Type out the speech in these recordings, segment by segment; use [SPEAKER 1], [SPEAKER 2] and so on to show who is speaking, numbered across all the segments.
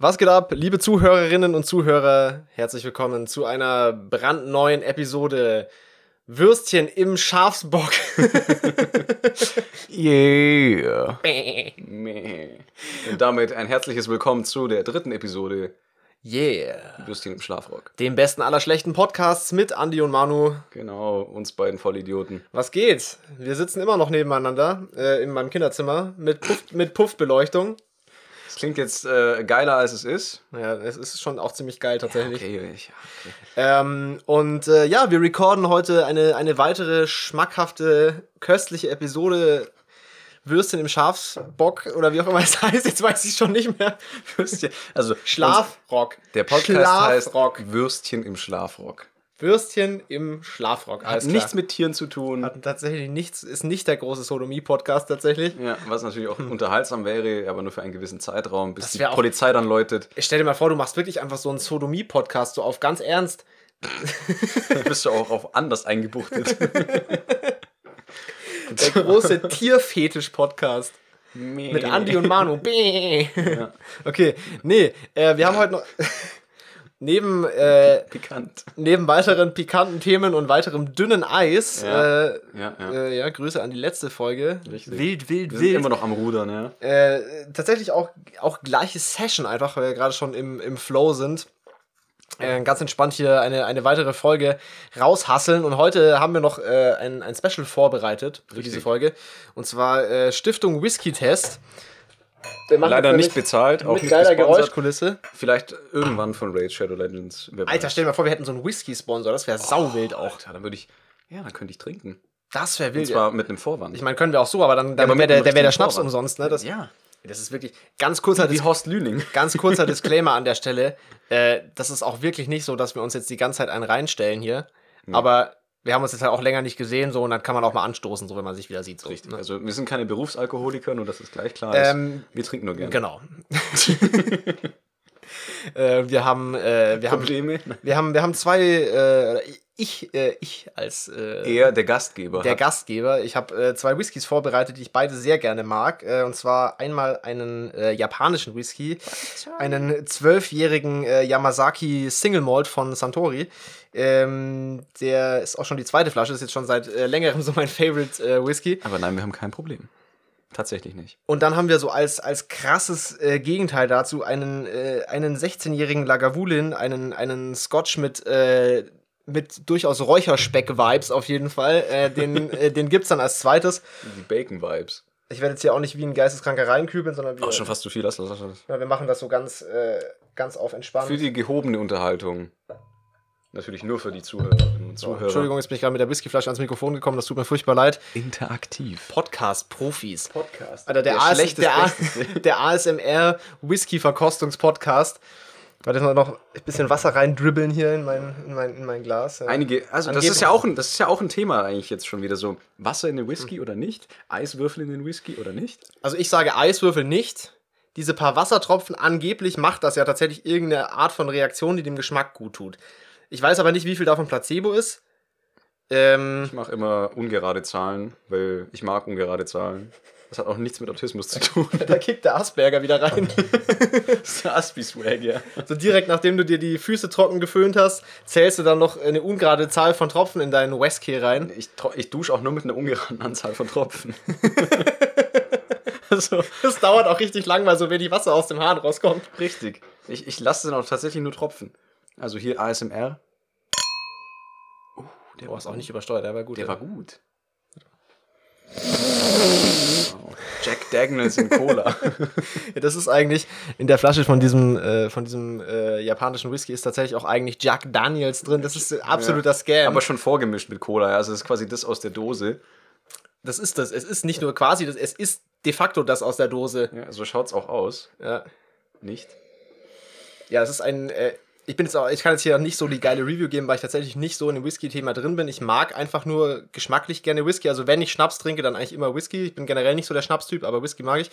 [SPEAKER 1] Was geht ab, liebe Zuhörerinnen und Zuhörer? Herzlich willkommen zu einer brandneuen Episode Würstchen im Schafsbock.
[SPEAKER 2] Yeah.
[SPEAKER 1] yeah.
[SPEAKER 2] Meh. Und damit ein herzliches Willkommen zu der dritten Episode Würstchen im Schlafrock.
[SPEAKER 1] Dem besten aller schlechten Podcasts mit Andy und Manu.
[SPEAKER 2] Genau, uns beiden Vollidioten.
[SPEAKER 1] Was geht? Wir sitzen immer noch nebeneinander äh, in meinem Kinderzimmer mit, Puff, mit Puffbeleuchtung.
[SPEAKER 2] Das klingt jetzt äh, geiler, als es ist.
[SPEAKER 1] Naja, es ist schon auch ziemlich geil tatsächlich.
[SPEAKER 2] Okay, ich, ja, okay.
[SPEAKER 1] Ähm, und äh, ja, wir recorden heute eine, eine weitere schmackhafte, köstliche Episode Würstchen im Schafsbock oder wie auch immer es heißt. Jetzt weiß ich schon nicht mehr. Würstchen.
[SPEAKER 2] Also
[SPEAKER 1] Schlafrock.
[SPEAKER 2] uns- Der Podcast
[SPEAKER 1] Schlafrock.
[SPEAKER 2] heißt Würstchen im Schlafrock.
[SPEAKER 1] Würstchen im Schlafrock.
[SPEAKER 2] Hat
[SPEAKER 1] Alles klar.
[SPEAKER 2] nichts mit Tieren zu tun.
[SPEAKER 1] Hat tatsächlich nichts, ist nicht der große Sodomie-Podcast tatsächlich.
[SPEAKER 2] ja, was natürlich auch unterhaltsam wäre, aber nur für einen gewissen Zeitraum, bis
[SPEAKER 1] Das
[SPEAKER 2] die
[SPEAKER 1] wär auch-
[SPEAKER 2] Polizei dann läutet.
[SPEAKER 1] Ich stell dir mal vor, du machst wirklich einfach so einen Sodomie-Podcast, so auf ganz ernst.
[SPEAKER 2] Dann bist du auch auf anders eingebuchtet.
[SPEAKER 1] Der große Tierfetisch-Podcast. Mit
[SPEAKER 2] Äh.
[SPEAKER 1] Andi und Manu. Bäh. Okay, nee, äh, wir haben heute noch. Neben, äh,
[SPEAKER 2] Pikant.
[SPEAKER 1] neben weiteren pikanten Themen und weiterem dünnen Eis,
[SPEAKER 2] Ja,
[SPEAKER 1] äh,
[SPEAKER 2] ja, ja.
[SPEAKER 1] Äh, ja, Grüße an die letzte Folge.
[SPEAKER 2] Richtig.
[SPEAKER 1] Wild, wild,
[SPEAKER 2] Wir sind
[SPEAKER 1] wild.
[SPEAKER 2] immer noch am Rudern, ja.
[SPEAKER 1] äh, tatsächlich auch, auch gleiche Session, einfach weil wir gerade schon im, im Flow sind. Äh, ganz entspannt hier eine, eine weitere Folge raushasseln. Und heute haben wir noch äh, ein, ein Special vorbereitet für diese Folge. Und zwar äh, Stiftung Whisky Test. Wir machen
[SPEAKER 2] Leider
[SPEAKER 1] das
[SPEAKER 2] nicht
[SPEAKER 1] nämlich
[SPEAKER 2] bezahlt, auch
[SPEAKER 1] mit
[SPEAKER 2] nicht
[SPEAKER 1] geiler
[SPEAKER 2] gesponsert.
[SPEAKER 1] Geräuschkulisse.
[SPEAKER 2] Vielleicht irgendwann von Raid Shadow Legends. Wer
[SPEAKER 1] Alter,
[SPEAKER 2] weiß.
[SPEAKER 1] stell dir mal vor, wir hätten so einen Whisky-Sponsor. Das wäre sauwild auch.
[SPEAKER 2] Alter, dann würde ich. Ja, dann könnte ich trinken.
[SPEAKER 1] Das wäre
[SPEAKER 2] Und
[SPEAKER 1] wild.
[SPEAKER 2] zwar mit einem Vorwand.
[SPEAKER 1] Ich meine, können wir auch so, aber dann, dann wäre
[SPEAKER 2] aber mit
[SPEAKER 1] der,
[SPEAKER 2] einem
[SPEAKER 1] dann wär der
[SPEAKER 2] richtigen
[SPEAKER 1] Schnaps
[SPEAKER 2] Vorwand.
[SPEAKER 1] umsonst. Ne? Das,
[SPEAKER 2] ja.
[SPEAKER 1] das ist wirklich ganz kurzer
[SPEAKER 2] Wie Horst Lüning.
[SPEAKER 1] Ganz kurzer Disclaimer an der Stelle. Äh, das ist auch wirklich nicht so, dass wir uns jetzt die ganze Zeit einen reinstellen hier. Aber wir haben uns jetzt halt auch länger nicht gesehen, so und dann kann man auch mal anstoßen, so wenn man sich wieder sieht. So,
[SPEAKER 2] Richtig.
[SPEAKER 1] ne?
[SPEAKER 2] Also, wir sind keine Berufsalkoholiker, nur dass es gleich klar ist.
[SPEAKER 1] Ähm,
[SPEAKER 2] wir trinken nur gerne.
[SPEAKER 1] Genau. äh, wir haben, äh, wir haben,
[SPEAKER 2] Probleme?
[SPEAKER 1] wir haben, wir haben zwei. Äh, ich, äh, ich als äh,
[SPEAKER 2] Eher der Gastgeber.
[SPEAKER 1] der
[SPEAKER 2] hat-
[SPEAKER 1] Gastgeber. Ich habe äh, zwei Whiskys vorbereitet, die ich beide sehr gerne mag. Äh, und zwar einmal einen äh, japanischen Whisky, einen zwölfjährigen äh, Yamazaki Single Malt von Santori. Ähm, der ist auch schon die zweite Flasche, ist jetzt schon seit äh, längerem so mein Favorite äh, Whisky.
[SPEAKER 2] aber nein, wir haben kein Problem. Tatsächlich nicht.
[SPEAKER 1] Und dann haben wir so als, als krasses äh, Gegenteil dazu einen, äh, einen 16-jährigen Lagavulin, einen, einen Scotch mit, äh, mit durchaus Räucherspeck-Vibes auf jeden Fall. Äh, den äh, den gibt es dann als zweites.
[SPEAKER 2] Die Bacon-Vibes.
[SPEAKER 1] Ich werde jetzt hier auch nicht wie ein Geisteskranker reinkübeln, sondern wir,
[SPEAKER 2] Auch schon fast zu viel. Lass, lass, lass, lass.
[SPEAKER 1] ja, wir machen das so ganz, äh, ganz auf entspannt.
[SPEAKER 2] Für die gehobene Unterhaltung. Natürlich nur für die Zuhörerinnen und Zuhörer.
[SPEAKER 1] Entschuldigung, jetzt bin ich gerade mit der Whiskyflasche ans Mikrofon gekommen, das tut mir furchtbar leid.
[SPEAKER 2] Interaktiv.
[SPEAKER 1] Podcast-Profis.
[SPEAKER 2] Podcast.
[SPEAKER 1] Alter, der, AS
[SPEAKER 2] schlechteste
[SPEAKER 1] der, A- der ASMR Whisky-Verkostungs-Podcast. Warte mal noch ein bisschen Wasser reindribbeln hier in mein, in mein, in mein Glas. Ja.
[SPEAKER 2] Einige, also das
[SPEAKER 1] Angeblich.
[SPEAKER 2] ist, ja auch ein, das ist ja auch ein Thema eigentlich jetzt schon wieder so. Wasser in den Whisky oder nicht? Eiswürfel in den Whisky oder nicht?
[SPEAKER 1] Also ich sage Eiswürfel nicht. Diese paar Wassertropfen angeblich macht das ja tatsächlich irgendeine Art von Reaktion, die dem Geschmack gut tut. Ich weiß aber nicht, wie viel davon Placebo ist. Ähm,
[SPEAKER 2] Ich mache immer ungerade Zahlen, weil ich mag ungerade Zahlen. Das hat auch nichts mit Autismus zu tun.
[SPEAKER 1] da kickt der Asperger wieder rein.
[SPEAKER 2] Das ist der Aspi-Swag, ja.
[SPEAKER 1] So direkt nachdem du dir die Füße trocken geföhnt hast, zählst du dann noch eine ungerade Zahl von Tropfen in deinen Whisky rein.
[SPEAKER 2] Ich, tro- ich dusche auch nur mit einer ungeraden Anzahl von Tropfen. also,
[SPEAKER 1] Das dauert auch richtig lang, weil so wenig Wasser aus dem Hahn rauskommt.
[SPEAKER 2] richtig. Ich, ich lasse dann auch tatsächlich nur Tropfen. Also hier ASMR. Uh, der
[SPEAKER 1] Boah, ist auch nicht übersteuert, der war gut.
[SPEAKER 2] Der
[SPEAKER 1] ja.
[SPEAKER 2] war gut. Jack Daniels in Cola.
[SPEAKER 1] Ja, Das ist eigentlich in der Flasche von diesem, äh, von diesem äh, japanischen Whisky ist tatsächlich auch eigentlich Jack Daniels drin. Das ist absoluter Scam.
[SPEAKER 2] Aber schon vorgemischt mit Cola. ja. Also das ist quasi das aus der Dose.
[SPEAKER 1] das ist das. Es ist nicht nur quasi das, es ist de facto das aus der Dose.
[SPEAKER 2] Ja, so schaut's auch aus.
[SPEAKER 1] Ja,
[SPEAKER 2] Nicht?
[SPEAKER 1] ja es ist ein. Äh, ich bin jetzt auch, ich kann jetzt hier auch nicht so die geile Review geben, weil ich tatsächlich nicht so in dem Whisky-Thema drin bin. Ich mag einfach nur geschmacklich gerne Whisky. Also wenn ich Schnaps trinke, dann eigentlich immer Whisky. Ich bin generell nicht so der Schnaps-Typ, aber Whisky mag ich.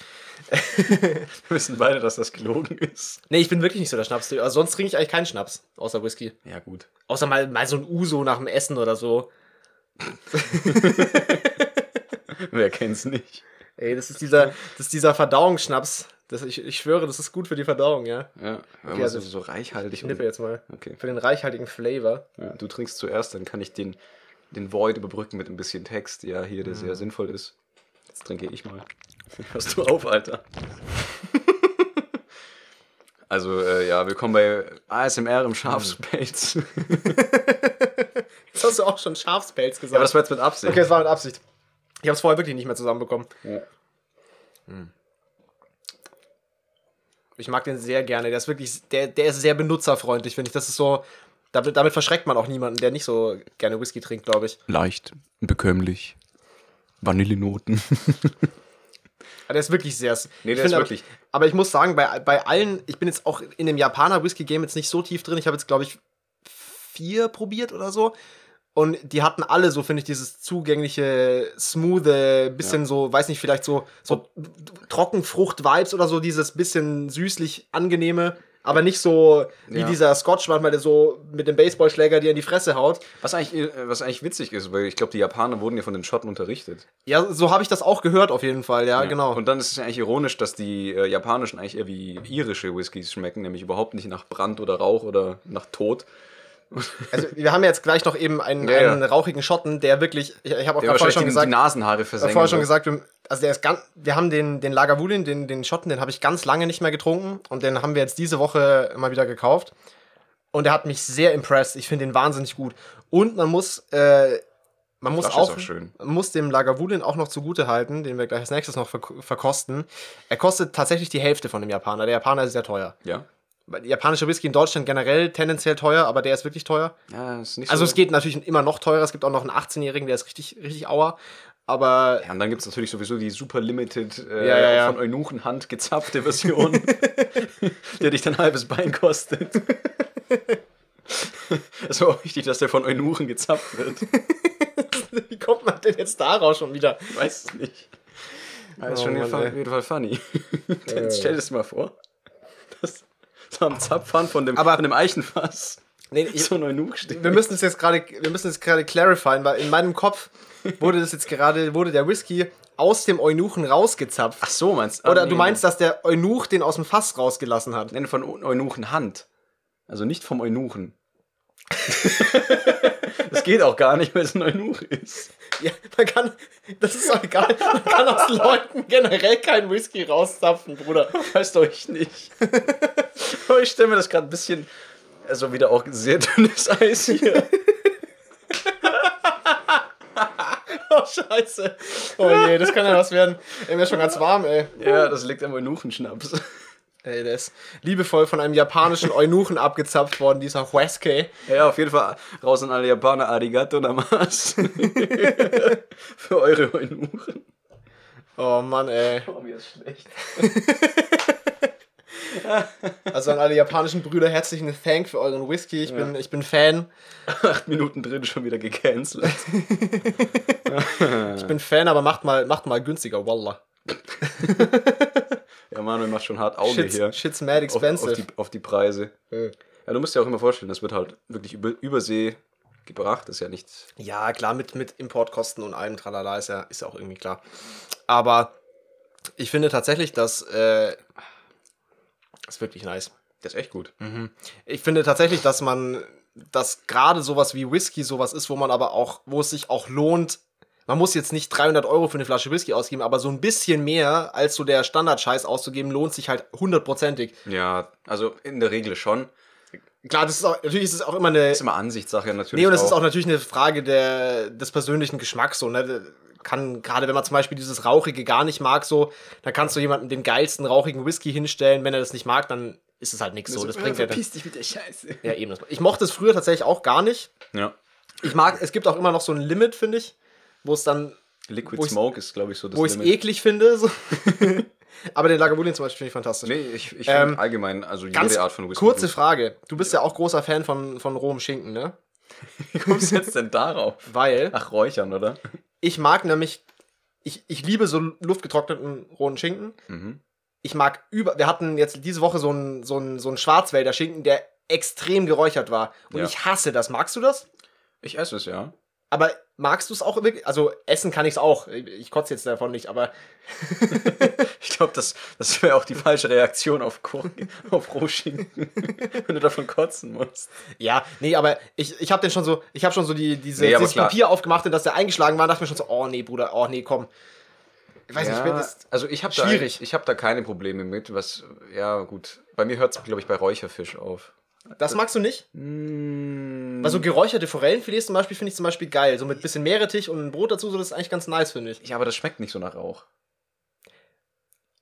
[SPEAKER 2] Wir wissen beide, dass das gelogen ist.
[SPEAKER 1] Nee, ich bin wirklich nicht so der Schnaps-Typ. Also sonst trinke ich eigentlich keinen Schnaps, außer Whisky.
[SPEAKER 2] Ja, gut.
[SPEAKER 1] Außer mal, mal so ein Uso nach dem Essen oder so.
[SPEAKER 2] Wer kennt's nicht?
[SPEAKER 1] Ey, das ist dieser, das ist dieser Verdauungsschnaps, Das, ich, ich schwöre, das ist gut für die Verdauung, ja.
[SPEAKER 2] Ja, wenn
[SPEAKER 1] Okay,
[SPEAKER 2] man
[SPEAKER 1] also
[SPEAKER 2] so- so reichhaltig
[SPEAKER 1] Ich nippe jetzt mal.
[SPEAKER 2] Okay.
[SPEAKER 1] Für den reichhaltigen Flavor.
[SPEAKER 2] Ja, du trinkst zuerst, dann kann ich den, den Void überbrücken mit ein bisschen Text, ja, hier, der sehr sinnvoll ist. Jetzt trinke ich mal. Hörst du auf, Alter? also, äh, ja, willkommen bei ASMR im Schafspelz. ja,
[SPEAKER 1] Jetzt hast du auch schon Schafspelz gesagt.
[SPEAKER 2] aber das war jetzt mit Absicht.
[SPEAKER 1] okay, das war mit Absicht. Ich habe es vorher wirklich nicht mehr zusammenbekommen.
[SPEAKER 2] Ja.
[SPEAKER 1] Ich mag den sehr gerne. Der ist wirklich, der, der ist sehr benutzerfreundlich, finde ich. Das ist so, damit, damit verschreckt man auch niemanden, der nicht so gerne Whisky trinkt, glaube ich.
[SPEAKER 2] Leicht, bekömmlich, Vanillenoten.
[SPEAKER 1] Aber Ah, der ist wirklich sehr.
[SPEAKER 2] Nee,
[SPEAKER 1] ich
[SPEAKER 2] der
[SPEAKER 1] find
[SPEAKER 2] ist
[SPEAKER 1] aber-
[SPEAKER 2] wirklich-
[SPEAKER 1] Aber ich muss sagen, bei, bei allen, ich bin jetzt auch in dem Japaner-Whisky-Game jetzt nicht so tief drin. Ich habe jetzt, glaube ich, vier probiert oder so. Und die hatten alle so, finde ich, dieses zugängliche, smooth, bisschen so, weiß nicht, vielleicht so, so Trockenfrucht-Vibes oder so, dieses bisschen süßlich angenehme, aber nicht so wie
[SPEAKER 2] Ja.
[SPEAKER 1] dieser Scotch manchmal, der so mit dem Baseballschläger dir in die Fresse haut.
[SPEAKER 2] Was eigentlich, äh, was eigentlich witzig ist, weil ich glaube, die Japaner wurden ja von den Schotten unterrichtet.
[SPEAKER 1] Ja, so habe ich das auch gehört, auf jeden Fall, ja, genau.
[SPEAKER 2] Und dann ist es ja eigentlich ironisch, dass die äh, japanischen eigentlich eher wie irische Whiskys schmecken, nämlich überhaupt nicht nach Brand oder Rauch oder nach Tod.
[SPEAKER 1] Also, wir haben ja jetzt gleich noch eben einen,
[SPEAKER 2] Ja, ja.
[SPEAKER 1] einen rauchigen Schotten, der wirklich, ich, ich habe auch
[SPEAKER 2] Der
[SPEAKER 1] gerade vorher
[SPEAKER 2] wahrscheinlich
[SPEAKER 1] schon
[SPEAKER 2] die,
[SPEAKER 1] gesagt,
[SPEAKER 2] die Nasenhaare
[SPEAKER 1] Ich hab
[SPEAKER 2] versenken.
[SPEAKER 1] vorher schon
[SPEAKER 2] wird.
[SPEAKER 1] gesagt, wir- also der ist ganz, wir haben den, den Lagavulin, den, den Schotten, den habe ich ganz lange nicht mehr getrunken und den haben wir jetzt diese Woche mal wieder gekauft. Und er hat mich sehr impressed. Ich finde den wahnsinnig gut. Und man muss, äh, man muss
[SPEAKER 2] Flasche ist
[SPEAKER 1] auch,
[SPEAKER 2] auch schön.
[SPEAKER 1] man muss dem Lagavulin auch noch zugute halten, den wir gleich als nächstes noch verk verkosten. Er kostet tatsächlich die Hälfte von dem Japaner. Der Japaner ist sehr teuer.
[SPEAKER 2] Ja.
[SPEAKER 1] Weil Japanischer Whisky in Deutschland generell tendenziell teuer, aber der ist wirklich teuer.
[SPEAKER 2] Ja, ist nicht
[SPEAKER 1] Also
[SPEAKER 2] so.
[SPEAKER 1] es geht natürlich immer noch teurer. Es gibt auch noch einen 18-Jährigen, der ist richtig, richtig auer. Aber
[SPEAKER 2] Ja, und dann gibt es natürlich sowieso die super limited äh,
[SPEAKER 1] Ja, ja, ja.
[SPEAKER 2] von Eunuchenhand gezapfte Version, der dich dann halbes Bein kostet. Es war auch wichtig, dass der von Eunuchen gezapft wird.
[SPEAKER 1] Wie kommt man denn jetzt daraus schon wieder?
[SPEAKER 2] Weiß es nicht. Das ist
[SPEAKER 1] Oh
[SPEAKER 2] schon
[SPEAKER 1] Mann,
[SPEAKER 2] jeden Fall,
[SPEAKER 1] ey.
[SPEAKER 2] auf jeden Fall funny. Dann stell dir das mal vor. Das so am Zapfhahn von dem,
[SPEAKER 1] Aber-
[SPEAKER 2] von dem Eichenfass.
[SPEAKER 1] Nee, ich,
[SPEAKER 2] so ein Eunuch steht.
[SPEAKER 1] wir müssen es jetzt gerade, wir müssen es gerade clarifieren, weil in meinem Kopf wurde das jetzt gerade, wurde der Whisky aus dem Eunuchen rausgezapft.
[SPEAKER 2] Ach so, meinst Ah,
[SPEAKER 1] Oder du meinst, dass der Eunuch den aus dem Fass rausgelassen hat?
[SPEAKER 2] Nennen von Eunuchenhand. Also nicht vom Eunuchen. das geht auch gar nicht, weil es ein Eunuch ist.
[SPEAKER 1] Ja, man kann, das ist doch egal, man kann aus Leuten generell keinen Whisky rauszapfen, Bruder.
[SPEAKER 2] Weißt du euch nicht. Aber ich stelle mir das gerade ein bisschen. Also wieder auch sehr dünnes Eis hier.
[SPEAKER 1] Oh, scheiße. Oh je, das kann ja was werden. Ey, mir ist schon ganz warm, ey.
[SPEAKER 2] ja, das liegt am Eunuchenschnaps.
[SPEAKER 1] Ey, der ist liebevoll von einem japanischen Eunuchen abgezapft worden, dieser Whisky.
[SPEAKER 2] Ja, auf jeden Fall raus an alle Japaner. Arigato namas. Für eure Eunuchen.
[SPEAKER 1] Oh Mann, ey.
[SPEAKER 2] Oh, mir ist schlecht.
[SPEAKER 1] Also an alle japanischen Brüder herzlichen Thank für euren Whisky. Ich, bin, ich bin Fan.
[SPEAKER 2] Acht Minuten drin schon wieder gecancelt.
[SPEAKER 1] Ich bin Fan, aber macht mal, macht mal günstiger, Wallah.
[SPEAKER 2] Ja, Manuel macht schon hart Auge
[SPEAKER 1] Shit's,
[SPEAKER 2] hier.
[SPEAKER 1] shit's mad
[SPEAKER 2] Auf, auf,
[SPEAKER 1] expensive.
[SPEAKER 2] die, auf die Preise.
[SPEAKER 1] Äh.
[SPEAKER 2] Ja, du musst dir auch immer vorstellen, das wird halt wirklich über, übersee gebracht. Ist ja nicht.
[SPEAKER 1] Ja, klar, mit, mit Importkosten und allem tralala ist ja, ist ja auch irgendwie klar. Aber ich finde tatsächlich, dass. Äh, ist wirklich nice.
[SPEAKER 2] Das ist echt gut.
[SPEAKER 1] Ich finde tatsächlich, dass man, dass gerade sowas wie Whisky sowas ist, wo man aber auch, wo es sich auch lohnt, man muss jetzt nicht 300 Euro für eine Flasche Whisky ausgeben, aber so ein bisschen mehr als so der Standardscheiß auszugeben, lohnt sich halt hundertprozentig.
[SPEAKER 2] Ja, also in der Regel schon.
[SPEAKER 1] Klar, das ist auch, natürlich ist es auch immer eine,
[SPEAKER 2] Ist immer Ansichtssache natürlich.
[SPEAKER 1] nee, und es ist auch natürlich eine Frage der, des persönlichen Geschmacks, so, ne, kann, gerade wenn man zum Beispiel dieses Rauchige gar nicht mag, so, dann kannst du jemandem den geilsten rauchigen Whisky hinstellen, wenn er das nicht mag, dann ist es halt nichts
[SPEAKER 2] Also,
[SPEAKER 1] so, das bringt ja dann.
[SPEAKER 2] dich mit der Scheiße.
[SPEAKER 1] Ja, eben. das- Ich mochte es früher tatsächlich auch gar nicht.
[SPEAKER 2] Ja.
[SPEAKER 1] Ich mag, es gibt auch immer noch so ein Limit, finde ich, wo es dann,
[SPEAKER 2] Liquid
[SPEAKER 1] Wo ich's-
[SPEAKER 2] Smoke ist, glaube ich, so das
[SPEAKER 1] wo ich es
[SPEAKER 2] Limit.
[SPEAKER 1] eklig finde. So. Aber den Lagavulin zum Beispiel finde ich fantastisch.
[SPEAKER 2] Nee, ich, ich
[SPEAKER 1] Ähm,
[SPEAKER 2] find allgemein, also jede
[SPEAKER 1] Ganz
[SPEAKER 2] Art von Whisky.
[SPEAKER 1] kurze
[SPEAKER 2] gut.
[SPEAKER 1] Frage. Du bist ja auch großer Fan von, von rohem Schinken, ne?
[SPEAKER 2] Wie kommst du jetzt denn darauf?
[SPEAKER 1] Weil
[SPEAKER 2] Ach, Räuchern, oder?
[SPEAKER 1] ich mag nämlich, ich, ich liebe so luftgetrockneten rohen Schinken.
[SPEAKER 2] Mhm.
[SPEAKER 1] Ich mag über, wir hatten jetzt diese Woche so einen so einen- so einen Schwarzwälder Schinken, der extrem geräuchert war. Und
[SPEAKER 2] Ja.
[SPEAKER 1] ich hasse das. Magst du das?
[SPEAKER 2] Ich esse es, ja.
[SPEAKER 1] Aber magst du es auch wirklich? Also essen kann ich es auch. Ich kotze jetzt davon nicht, aber
[SPEAKER 2] Ich glaube, das, das wäre auch die falsche Reaktion auf, Kur- auf Rohschinken, wenn du davon kotzen musst.
[SPEAKER 1] ja, nee, aber ich, ich habe den schon so, ich habe schon so die, diese,
[SPEAKER 2] Nee, aber
[SPEAKER 1] dieses
[SPEAKER 2] klar.
[SPEAKER 1] Papier aufgemacht, in das der eingeschlagen war, und dachte mir schon so, oh nee, Bruder, oh nee, komm. Ich weiß nicht, ich bin das,
[SPEAKER 2] also ich habe
[SPEAKER 1] schwierig.
[SPEAKER 2] Da, ich habe da keine Probleme mit, was ja gut. Bei mir hört es glaube ich bei Räucherfisch auf.
[SPEAKER 1] das magst du nicht?
[SPEAKER 2] Mm,
[SPEAKER 1] Weil so geräucherte Forellenfilets zum Beispiel finde ich zum Beispiel geil. So mit bisschen Meerrettich und Brot dazu, so das ist eigentlich ganz nice, finde ich.
[SPEAKER 2] ja, aber das schmeckt nicht so nach Rauch.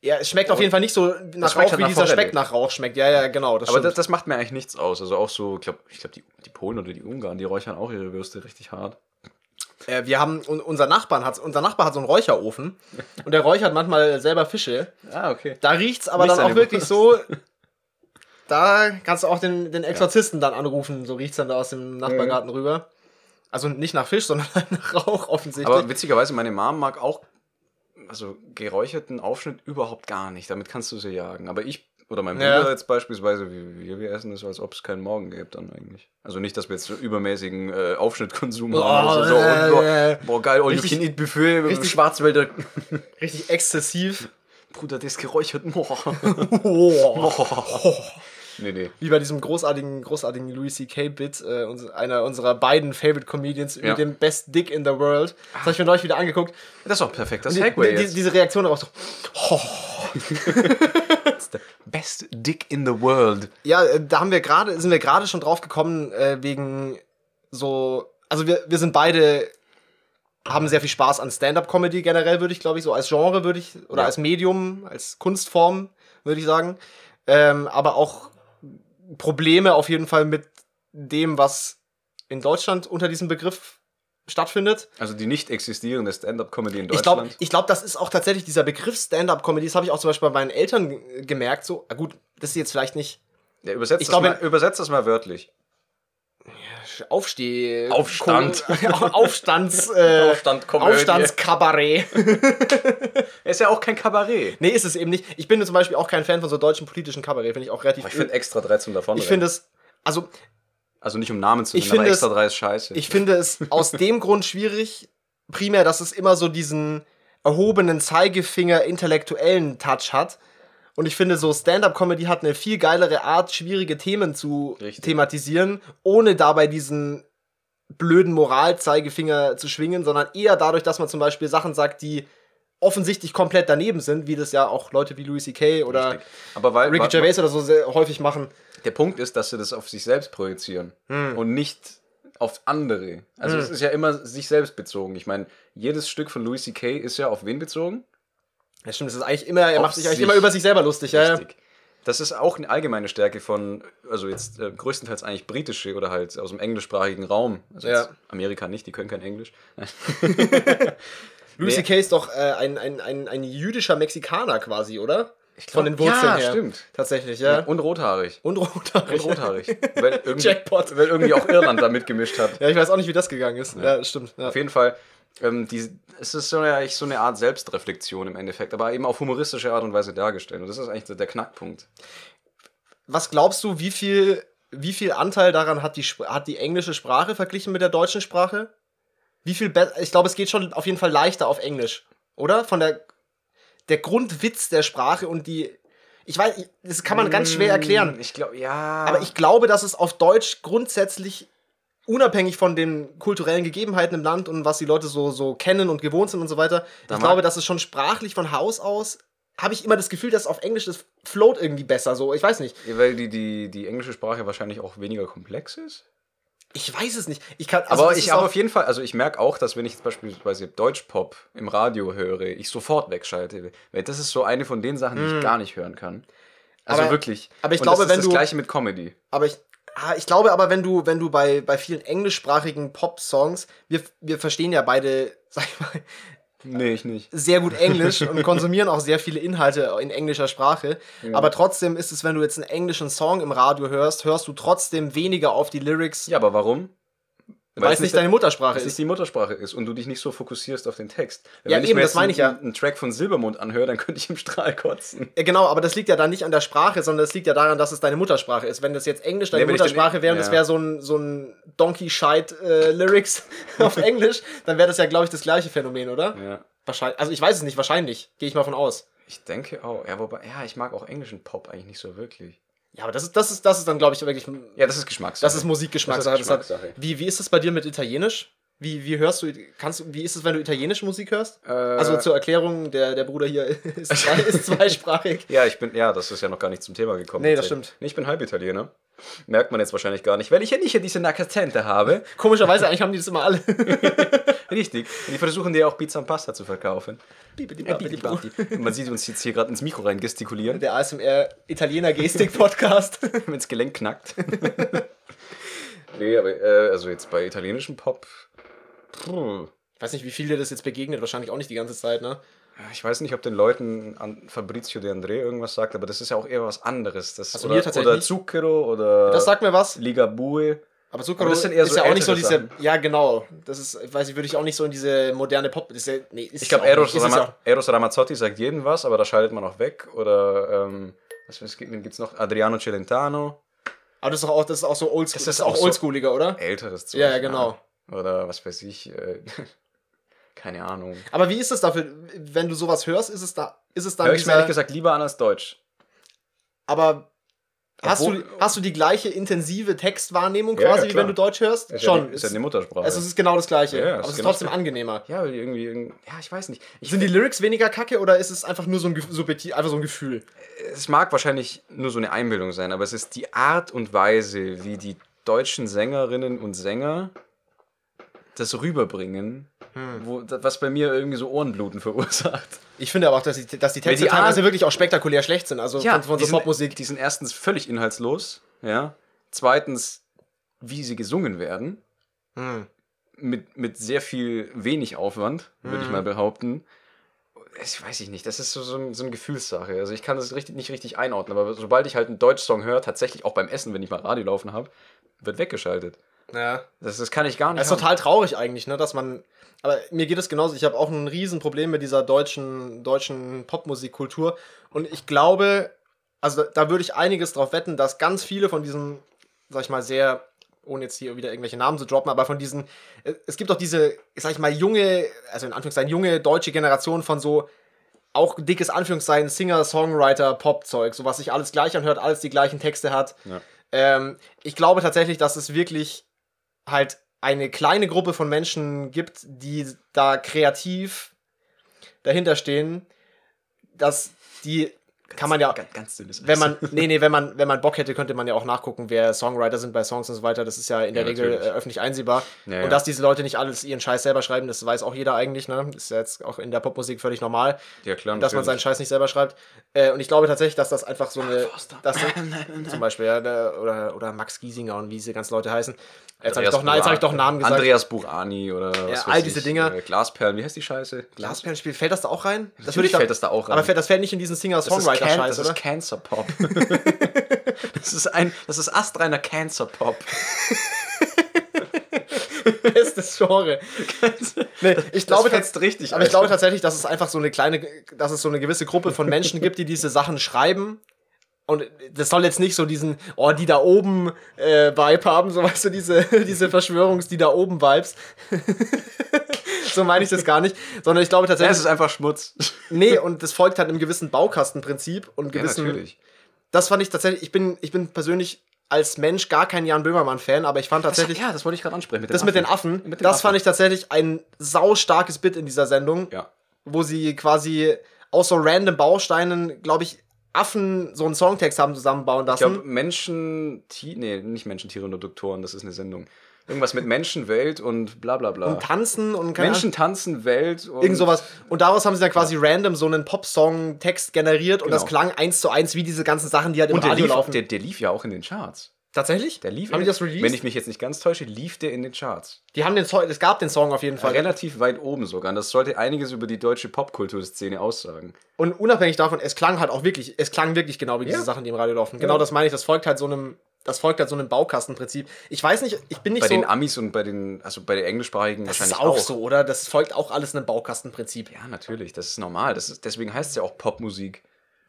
[SPEAKER 1] Ja, es schmeckt auf jeden Fall nicht so nach
[SPEAKER 2] schmeckt
[SPEAKER 1] Rauch,
[SPEAKER 2] halt
[SPEAKER 1] wie
[SPEAKER 2] nach
[SPEAKER 1] dieser
[SPEAKER 2] Forelle.
[SPEAKER 1] Speck nach Rauch schmeckt. Ja, ja, genau, das
[SPEAKER 2] Aber
[SPEAKER 1] stimmt.
[SPEAKER 2] das, das macht mir eigentlich nichts aus. Also auch so, ich glaube, ich glaub, die, die Polen oder die Ungarn, die räuchern auch ihre Würste richtig hart.
[SPEAKER 1] Äh, wir haben, un, unser, Nachbarn hat, unser Nachbar hat so einen Räucherofen und der räuchert manchmal selber Fische.
[SPEAKER 2] Ah, okay.
[SPEAKER 1] Da riecht's aber
[SPEAKER 2] Nicht
[SPEAKER 1] dann auch
[SPEAKER 2] seine
[SPEAKER 1] wirklich
[SPEAKER 2] Wurst.
[SPEAKER 1] so. Da kannst du auch den, den Exorzisten dann anrufen, so riecht's dann da aus dem Nachbargarten rüber. Also nicht nach Fisch, sondern nach Rauch offensichtlich.
[SPEAKER 2] Aber witzigerweise, meine Mom mag auch also geräucherten Aufschnitt überhaupt gar nicht. Damit kannst du sie jagen. Aber ich oder mein
[SPEAKER 1] Ja.
[SPEAKER 2] Bruder jetzt beispielsweise, wie wir, wir essen das, so, als ob es keinen Morgen gäbe dann eigentlich. Also nicht, dass wir jetzt so übermäßigen äh, Aufschnittkonsum haben. Also so,
[SPEAKER 1] äh,
[SPEAKER 2] und,
[SPEAKER 1] äh.
[SPEAKER 2] boah, boah, geil, all you
[SPEAKER 1] Richtig-
[SPEAKER 2] can eat Buffet mit dem
[SPEAKER 1] richtig-
[SPEAKER 2] Schwarzwälder.
[SPEAKER 1] Richtig exzessiv.
[SPEAKER 2] Bruder, der ist geräuchert.
[SPEAKER 1] Oh.
[SPEAKER 2] nee, nee.
[SPEAKER 1] Wie bei diesem großartigen, großartigen Louis C.K. Bit, äh, uns, einer unserer beiden Favorite Comedians
[SPEAKER 2] Ja.
[SPEAKER 1] mit dem Best Dick in the World. Das habe ich mir neulich wieder angeguckt.
[SPEAKER 2] Das ist auch perfekt. Das
[SPEAKER 1] Die,
[SPEAKER 2] Segway
[SPEAKER 1] die,
[SPEAKER 2] jetzt.
[SPEAKER 1] diese Reaktion darauf so,
[SPEAKER 2] der best dick in the world.
[SPEAKER 1] Ja, äh, da haben wir gerade, sind wir gerade schon drauf gekommen, äh, wegen so. Also wir, wir sind beide, haben sehr viel Spaß an Stand-up-Comedy generell, würde ich, glaube ich, so als Genre würde ich, oder
[SPEAKER 2] Ja.
[SPEAKER 1] als Medium, als Kunstform, würde ich sagen. Ähm, aber auch Probleme auf jeden Fall mit dem, was in Deutschland unter diesem Begriff stattfindet.
[SPEAKER 2] Also die nicht existierende Stand-up-Comedy in
[SPEAKER 1] Ich glaube,
[SPEAKER 2] Deutschland.
[SPEAKER 1] ich glaub, das ist auch tatsächlich dieser Begriff Stand-up-Comedy. Das habe ich auch zum Beispiel bei meinen Eltern äh, gemerkt. So, ah, gut, das ist jetzt vielleicht nicht
[SPEAKER 2] ja, übersetzt,
[SPEAKER 1] ich
[SPEAKER 2] ich
[SPEAKER 1] glaube-
[SPEAKER 2] das mal, übersetzt das mal wörtlich.
[SPEAKER 1] Aufsteh.
[SPEAKER 2] Aufstand.
[SPEAKER 1] Ko- Aufstands. Äh,
[SPEAKER 2] Aufstandkomödie.
[SPEAKER 1] Aufstandskabarett.
[SPEAKER 2] Ist ja auch kein Kabarett.
[SPEAKER 1] Nee, ist es eben nicht. Ich bin zum Beispiel auch kein Fan von so deutschen politischen Kabarett, finde ich auch relativ.
[SPEAKER 2] Ich finde extra 3 zum davon.
[SPEAKER 1] ich finde es. Also,
[SPEAKER 2] also nicht um Namen zu
[SPEAKER 1] Ich
[SPEAKER 2] nennen, aber
[SPEAKER 1] finde es-
[SPEAKER 2] extra 3 ist scheiße.
[SPEAKER 1] ich finde es aus dem Grund schwierig, primär, dass es immer so diesen erhobenen Zeigefinger intellektuellen Touch hat. Und ich finde, so Stand-up-Comedy hat eine viel geilere Art, schwierige Themen zu
[SPEAKER 2] Richtig.
[SPEAKER 1] thematisieren, ohne dabei diesen blöden Moral-Zeigefinger zu schwingen, sondern eher dadurch, dass man zum Beispiel Sachen sagt, die offensichtlich komplett daneben sind, wie das ja auch Leute wie Louis C.K. oder
[SPEAKER 2] Richtig. aber weil,
[SPEAKER 1] Ricky
[SPEAKER 2] weil
[SPEAKER 1] Gervais oder so sehr häufig machen.
[SPEAKER 2] der Punkt ist, dass sie das auf sich selbst projizieren und nicht auf andere. Also
[SPEAKER 1] Hm.
[SPEAKER 2] es ist ja immer sich selbst bezogen. Ich meine, jedes Stück von Louis C.K. ist ja auf wen bezogen?
[SPEAKER 1] Ja, stimmt, das ist eigentlich immer, er
[SPEAKER 2] Auf
[SPEAKER 1] macht sich eigentlich
[SPEAKER 2] sich.
[SPEAKER 1] immer über sich selber lustig, ja. ja.
[SPEAKER 2] Richtig. Das ist auch eine allgemeine Stärke von, also jetzt äh, größtenteils eigentlich britische oder halt aus dem englischsprachigen Raum. Also
[SPEAKER 1] Ja.
[SPEAKER 2] jetzt Amerika nicht, die können kein Englisch.
[SPEAKER 1] Louis
[SPEAKER 2] Nee.
[SPEAKER 1] C.K. ist doch äh, ein, ein, ein, ein jüdischer Mexikaner quasi, oder? Von den
[SPEAKER 2] glaub-
[SPEAKER 1] Wurzeln
[SPEAKER 2] ja,
[SPEAKER 1] her.
[SPEAKER 2] stimmt.
[SPEAKER 1] Tatsächlich, ja.
[SPEAKER 2] Und rothaarig.
[SPEAKER 1] Und
[SPEAKER 2] Und
[SPEAKER 1] rothaarig.
[SPEAKER 2] rothaarig. weil, irgendwie,
[SPEAKER 1] Jackpot.
[SPEAKER 2] weil irgendwie auch Irland da mitgemischt hat.
[SPEAKER 1] Ja, ich weiß auch nicht, wie das gegangen ist. Ja, stimmt. Ja.
[SPEAKER 2] Auf jeden Fall, ähm, die, es ist so, ja, eigentlich so eine Art Selbstreflexion im Endeffekt, aber eben auf humoristische Art und Weise dargestellt. Und das ist eigentlich so der Knackpunkt.
[SPEAKER 1] Was glaubst du, wie viel, wie viel Anteil daran hat die, Sp- hat die englische Sprache verglichen mit der deutschen Sprache? Wie viel be- Ich glaube, es geht schon auf jeden Fall leichter auf Englisch, oder? Von der, der Grundwitz der Sprache und die. Ich weiß, ich- das kann man ganz schwer erklären.
[SPEAKER 2] Hm, Ich glaube, ja.
[SPEAKER 1] Aber ich glaube, dass es auf Deutsch grundsätzlich unabhängig von den kulturellen Gegebenheiten im Land und was die Leute so, so kennen und gewohnt sind und so weiter, ich
[SPEAKER 2] mag-
[SPEAKER 1] glaube, dass es schon sprachlich von Haus aus, habe ich immer das Gefühl, dass auf Englisch das float irgendwie besser. So, ich weiß nicht.
[SPEAKER 2] Ja, Weil die, die, die englische Sprache wahrscheinlich auch weniger komplex ist.
[SPEAKER 1] Ich weiß es nicht. Ich kann. also
[SPEAKER 2] Aber
[SPEAKER 1] das
[SPEAKER 2] ich
[SPEAKER 1] ist
[SPEAKER 2] habe
[SPEAKER 1] auch-
[SPEAKER 2] auf jeden Fall, also ich merke auch, dass wenn ich jetzt beispielsweise Deutschpop im Radio höre, ich sofort wegschalte. Weil das ist so eine von den Sachen, die ich gar nicht hören kann. Also
[SPEAKER 1] Hm. Aber-
[SPEAKER 2] wirklich.
[SPEAKER 1] aber ich
[SPEAKER 2] Und
[SPEAKER 1] glaube,
[SPEAKER 2] das
[SPEAKER 1] wenn
[SPEAKER 2] ist
[SPEAKER 1] du-
[SPEAKER 2] das gleiche mit Comedy.
[SPEAKER 1] Aber ich. ah, Ich glaube aber, wenn du, wenn du bei, bei vielen englischsprachigen Pop-Songs, wir, wir verstehen ja beide, sag ich mal,
[SPEAKER 2] Nee, ich nicht.
[SPEAKER 1] sehr gut Englisch und konsumieren auch sehr viele Inhalte in englischer Sprache. Aber trotzdem ist es, wenn du jetzt einen englischen Song im Radio hörst, hörst du trotzdem weniger auf die Lyrics.
[SPEAKER 2] Ja, aber warum?
[SPEAKER 1] Weil es nicht deine Muttersprache
[SPEAKER 2] es
[SPEAKER 1] ist.
[SPEAKER 2] ist die Muttersprache ist und du dich nicht so fokussierst auf den Text.
[SPEAKER 1] Also Ja,
[SPEAKER 2] wenn ich
[SPEAKER 1] eben,
[SPEAKER 2] mir
[SPEAKER 1] das
[SPEAKER 2] jetzt
[SPEAKER 1] meine ich ja.
[SPEAKER 2] einen- einen Track von Silbermond anhöre, dann könnte ich im Strahl kotzen.
[SPEAKER 1] Ja, Genau, aber das liegt ja dann nicht an der Sprache, sondern das liegt ja daran, dass es deine Muttersprache ist. Wenn das jetzt Englisch deine
[SPEAKER 2] Nee, wenn ich den-
[SPEAKER 1] Muttersprache wäre und
[SPEAKER 2] ja.
[SPEAKER 1] das wäre so ein, so ein Donkey-Shite-Lyrics auf Englisch, dann wäre das ja, glaube ich, das gleiche Phänomen, oder?
[SPEAKER 2] Ja.
[SPEAKER 1] Wahrscheinlich. Also ich weiß es nicht, wahrscheinlich. Gehe ich mal von aus.
[SPEAKER 2] Ich denke auch. Ja, wobei, ja, ich mag auch englischen Pop eigentlich nicht so wirklich.
[SPEAKER 1] Ja, aber das ist, das ist, das ist dann, glaube ich, wirklich.
[SPEAKER 2] Ja, das ist Geschmackssache.
[SPEAKER 1] Das ist Musikgeschmackssache.
[SPEAKER 2] Das ist
[SPEAKER 1] Das hat-
[SPEAKER 2] Geschmackssache.
[SPEAKER 1] Wie, wie ist es bei dir mit Italienisch? Wie, wie hörst du, kannst du, wie ist es, wenn du italienische Musik hörst?
[SPEAKER 2] Äh,
[SPEAKER 1] Also zur Erklärung, der, der Bruder hier ist, zwei, ist zweisprachig.
[SPEAKER 2] Ja, ich bin, ja, das ist ja noch gar nicht zum Thema gekommen.
[SPEAKER 1] Nee, das
[SPEAKER 2] tatsächlich.
[SPEAKER 1] stimmt.
[SPEAKER 2] Nee, Ich bin Halbitaliener. Merkt man jetzt wahrscheinlich gar nicht, weil ich ja nicht diese Nackazente habe.
[SPEAKER 1] Komischerweise, eigentlich haben die das immer alle.
[SPEAKER 2] Richtig. Und die versuchen dir auch Pizza und Pasta zu verkaufen. Und Man sieht uns jetzt hier gerade ins Mikro rein gestikulieren,
[SPEAKER 1] Der ASMR-Italiener-Gestik-Podcast.
[SPEAKER 2] wenn's Gelenk knackt. nee, aber äh, also jetzt bei italienischem Pop. Puh.
[SPEAKER 1] Ich weiß nicht, wie viel dir das jetzt begegnet, wahrscheinlich auch nicht die ganze Zeit, ne?
[SPEAKER 2] Ich weiß nicht, ob den Leuten an Fabrizio De André irgendwas sagt, aber das ist ja auch eher was anderes. Das,
[SPEAKER 1] Also
[SPEAKER 2] oder,
[SPEAKER 1] mir tatsächlich
[SPEAKER 2] Oder
[SPEAKER 1] nicht.
[SPEAKER 2] Zucchero oder
[SPEAKER 1] Das sagt mir was,
[SPEAKER 2] Ligabue.
[SPEAKER 1] aber Zucchero
[SPEAKER 2] Äh, Aber das sind eher
[SPEAKER 1] ist
[SPEAKER 2] so
[SPEAKER 1] ja auch nicht so
[SPEAKER 2] ältere
[SPEAKER 1] diese. Ja, genau. Das ist, ich weiß ich, würde ich auch nicht so in diese moderne Pop. Das ist ja, nee, ist
[SPEAKER 2] Ich glaube,
[SPEAKER 1] es auch
[SPEAKER 2] Eros,
[SPEAKER 1] nicht. Ist es
[SPEAKER 2] Rama
[SPEAKER 1] ja-
[SPEAKER 2] Eros Ramazzotti sagt jedem was, aber da schaltet man auch weg. Oder, ähm, was weiß ich, wen gibt's noch? Adriano Celentano.
[SPEAKER 1] Aber das ist doch auch, das ist auch so oldschool.
[SPEAKER 2] Das
[SPEAKER 1] Das
[SPEAKER 2] ist
[SPEAKER 1] ist auch
[SPEAKER 2] auch so-
[SPEAKER 1] oldschooliger, oder?
[SPEAKER 2] Älteres Zeug.
[SPEAKER 1] Ja, ja, genau.
[SPEAKER 2] Oder, was weiß ich, äh, keine Ahnung.
[SPEAKER 1] Aber wie ist es dafür, wenn du sowas hörst, ist es da, ist es dann
[SPEAKER 2] Hör ich mir
[SPEAKER 1] dieser,
[SPEAKER 2] ehrlich gesagt lieber an als Deutsch.
[SPEAKER 1] aber hast du,
[SPEAKER 2] Obwohl-
[SPEAKER 1] hast du die gleiche intensive Textwahrnehmung
[SPEAKER 2] Ja, ja,
[SPEAKER 1] quasi, wie
[SPEAKER 2] klar.
[SPEAKER 1] wenn du Deutsch hörst?
[SPEAKER 2] Ist ja,
[SPEAKER 1] Schon.
[SPEAKER 2] die- ist ja
[SPEAKER 1] Es-
[SPEAKER 2] eine Muttersprache.
[SPEAKER 1] also es ist genau das gleiche,
[SPEAKER 2] Ja, ja,
[SPEAKER 1] aber
[SPEAKER 2] ist
[SPEAKER 1] es ist
[SPEAKER 2] genau das
[SPEAKER 1] trotzdem
[SPEAKER 2] Gleiche.
[SPEAKER 1] angenehmer.
[SPEAKER 2] ja, weil die irgendwie, irgendwie, ja, ich weiß nicht. Ich,
[SPEAKER 1] Sind die Lyrics weniger kacke oder ist es einfach nur so ein, Ge- subjektiv, einfach so ein Gefühl?
[SPEAKER 2] es mag wahrscheinlich nur so eine Einbildung sein, aber es ist die Art und Weise, wie die deutschen Sängerinnen und Sänger das rüberbringen, wo, was bei mir irgendwie so Ohrenbluten verursacht.
[SPEAKER 1] Ich finde aber auch, dass die, dass die Texte
[SPEAKER 2] die
[SPEAKER 1] teilweise
[SPEAKER 2] Art-
[SPEAKER 1] wirklich auch spektakulär schlecht sind. Also
[SPEAKER 2] Ja,
[SPEAKER 1] von, von
[SPEAKER 2] die
[SPEAKER 1] so
[SPEAKER 2] sind-
[SPEAKER 1] Popmusik.
[SPEAKER 2] Die sind erstens völlig inhaltslos, ja. Zweitens, wie sie gesungen werden,
[SPEAKER 1] Hm.
[SPEAKER 2] mit, mit sehr viel wenig Aufwand, würde ich
[SPEAKER 1] Mhm.
[SPEAKER 2] mal behaupten. Das weiß ich nicht, das ist so, so, ein- so eine Gefühlssache. Also ich kann das richtig, nicht richtig einordnen, aber sobald ich halt einen Deutschsong höre, tatsächlich auch beim Essen, wenn ich mal Radio laufen habe, wird weggeschaltet.
[SPEAKER 1] Ja.
[SPEAKER 2] Das, das kann ich gar nicht.
[SPEAKER 1] Das ist total traurig eigentlich, ne, dass man. Aber mir geht es genauso. Ich habe auch ein Riesenproblem mit dieser deutschen, deutschen Popmusikkultur. Und ich glaube, also da, da würde ich einiges drauf wetten, dass ganz viele von diesen, sag ich mal, sehr, ohne jetzt hier wieder irgendwelche Namen zu droppen, aber von diesen, äh, es gibt doch diese, sag ich mal, junge, also in Anführungszeichen, junge deutsche Generation von so auch dickes Anführungszeichen Singer, Songwriter, Pop-Zeug, so was sich alles gleich anhört, alles die gleichen Texte hat.
[SPEAKER 2] Ja.
[SPEAKER 1] Ähm, ich glaube tatsächlich, dass es wirklich halt eine kleine Gruppe von Menschen gibt, die da kreativ dahinter stehen, dass die kann man ja
[SPEAKER 2] Ganz, ganz dünnes
[SPEAKER 1] wenn man nee nee wenn man wenn man Bock hätte könnte man ja auch nachgucken wer Songwriter sind bei Songs und so weiter das ist ja in der
[SPEAKER 2] Ja,
[SPEAKER 1] Regel äh,
[SPEAKER 2] natürlich.
[SPEAKER 1] öffentlich einsehbar
[SPEAKER 2] Ja, ja.
[SPEAKER 1] und dass diese Leute nicht alles ihren Scheiß selber schreiben das weiß auch jeder eigentlich ne ist ja jetzt auch in der Popmusik völlig normal
[SPEAKER 2] ja, klar,
[SPEAKER 1] dass man seinen
[SPEAKER 2] natürlich.
[SPEAKER 1] Scheiß nicht selber schreibt äh, und ich glaube tatsächlich dass das einfach so eine
[SPEAKER 2] Forster.
[SPEAKER 1] dass, zum Beispiel ja, der- oder oder Max Giesinger und wie diese ganzen Leute heißen jetzt habe ich
[SPEAKER 2] Andreas
[SPEAKER 1] doch na, jetzt habe ich doch
[SPEAKER 2] Buran-
[SPEAKER 1] Namen gesagt
[SPEAKER 2] Andreas Burani oder was
[SPEAKER 1] all
[SPEAKER 2] weiß
[SPEAKER 1] diese
[SPEAKER 2] ich,
[SPEAKER 1] Dinger.
[SPEAKER 2] äh, Glasperlen, wie heißt die Scheiße?
[SPEAKER 1] Glasperlenspiel fällt das da auch rein
[SPEAKER 2] Natürlich
[SPEAKER 1] würde ich da-
[SPEAKER 2] fällt das da auch rein.
[SPEAKER 1] aber fällt, das fällt nicht in diesen Singer Songwriter
[SPEAKER 2] Can-
[SPEAKER 1] Scheiß
[SPEAKER 2] das
[SPEAKER 1] oder
[SPEAKER 2] ist Cancer Pop. das ist ein, das ist astreiner Cancer Pop.
[SPEAKER 1] bestes Genre nee, ich glaube
[SPEAKER 2] das
[SPEAKER 1] tats-
[SPEAKER 2] fetzt richtig.
[SPEAKER 1] Aber ich glaube
[SPEAKER 2] Alter.
[SPEAKER 1] tatsächlich, dass es einfach so eine kleine, dass es so eine gewisse Gruppe von Menschen gibt, die diese Sachen schreiben. Und das soll jetzt nicht so diesen, oh, die da oben äh, Vibe haben, so weißt du, diese, diese Verschwörungs-, die da oben Vibes. so meine ich das gar nicht. Sondern ich glaube
[SPEAKER 2] Ja, es ist
[SPEAKER 1] tatsächlich,
[SPEAKER 2] einfach Schmutz.
[SPEAKER 1] nee, und das folgt halt einem gewissen Baukastenprinzip und gewissen. das fand ich tatsächlich, ich bin, ich bin persönlich als Mensch gar kein Jan Böhmermann-Fan, aber ich fand
[SPEAKER 2] Das,
[SPEAKER 1] tatsächlich.
[SPEAKER 2] ja, das wollte ich gerade ansprechen.
[SPEAKER 1] Das mit den Affen,
[SPEAKER 2] Mit den
[SPEAKER 1] das
[SPEAKER 2] Affen.
[SPEAKER 1] fand ich tatsächlich ein saustarkes Bit in dieser Sendung
[SPEAKER 2] Ja.
[SPEAKER 1] wo sie quasi aus so random Bausteinen, glaube ich, Affen so einen Songtext haben zusammenbauen
[SPEAKER 2] Ich glaube,
[SPEAKER 1] lassen.
[SPEAKER 2] Menschen, Ti nee, nicht Menschen, Tiere und Induktoren, das ist eine Sendung. Irgendwas mit Menschen, Welt und bla bla bla.
[SPEAKER 1] und tanzen und keine
[SPEAKER 2] Menschen
[SPEAKER 1] Ahnung,
[SPEAKER 2] tanzen, Welt und.
[SPEAKER 1] irgend sowas. Und daraus haben sie dann quasi random so einen Pop-Song-Text generiert und
[SPEAKER 2] Genau.
[SPEAKER 1] das klang eins zu eins wie diese ganzen Sachen, die halt im
[SPEAKER 2] Und der
[SPEAKER 1] Radio
[SPEAKER 2] lief,
[SPEAKER 1] laufen.
[SPEAKER 2] der, der lief ja auch in den Charts.
[SPEAKER 1] Tatsächlich?
[SPEAKER 2] Der lief
[SPEAKER 1] haben
[SPEAKER 2] in,
[SPEAKER 1] die das released?
[SPEAKER 2] Wenn ich mich jetzt nicht ganz täusche, lief der in den Charts.
[SPEAKER 1] die haben den Song, es gab den Song auf jeden
[SPEAKER 2] War
[SPEAKER 1] Fall.
[SPEAKER 2] relativ weit oben sogar. Und das sollte einiges über die deutsche Popkulturszene aussagen.
[SPEAKER 1] und unabhängig davon, es klang halt auch wirklich, es klang wirklich genau wie diese
[SPEAKER 2] Ja.
[SPEAKER 1] Sachen, die im Radio laufen. Genau das meine ich, das folgt halt so einem das folgt halt so einem Baukastenprinzip. Ich weiß nicht, ich bin nicht
[SPEAKER 2] Bei
[SPEAKER 1] so.
[SPEAKER 2] den Amis und bei den, also bei den englischsprachigen
[SPEAKER 1] das ist
[SPEAKER 2] wahrscheinlich
[SPEAKER 1] auch,
[SPEAKER 2] auch.
[SPEAKER 1] so, oder? Das folgt auch alles einem Baukastenprinzip.
[SPEAKER 2] Ja, natürlich, das ist normal. Das ist, deswegen heißt es ja auch Popmusik.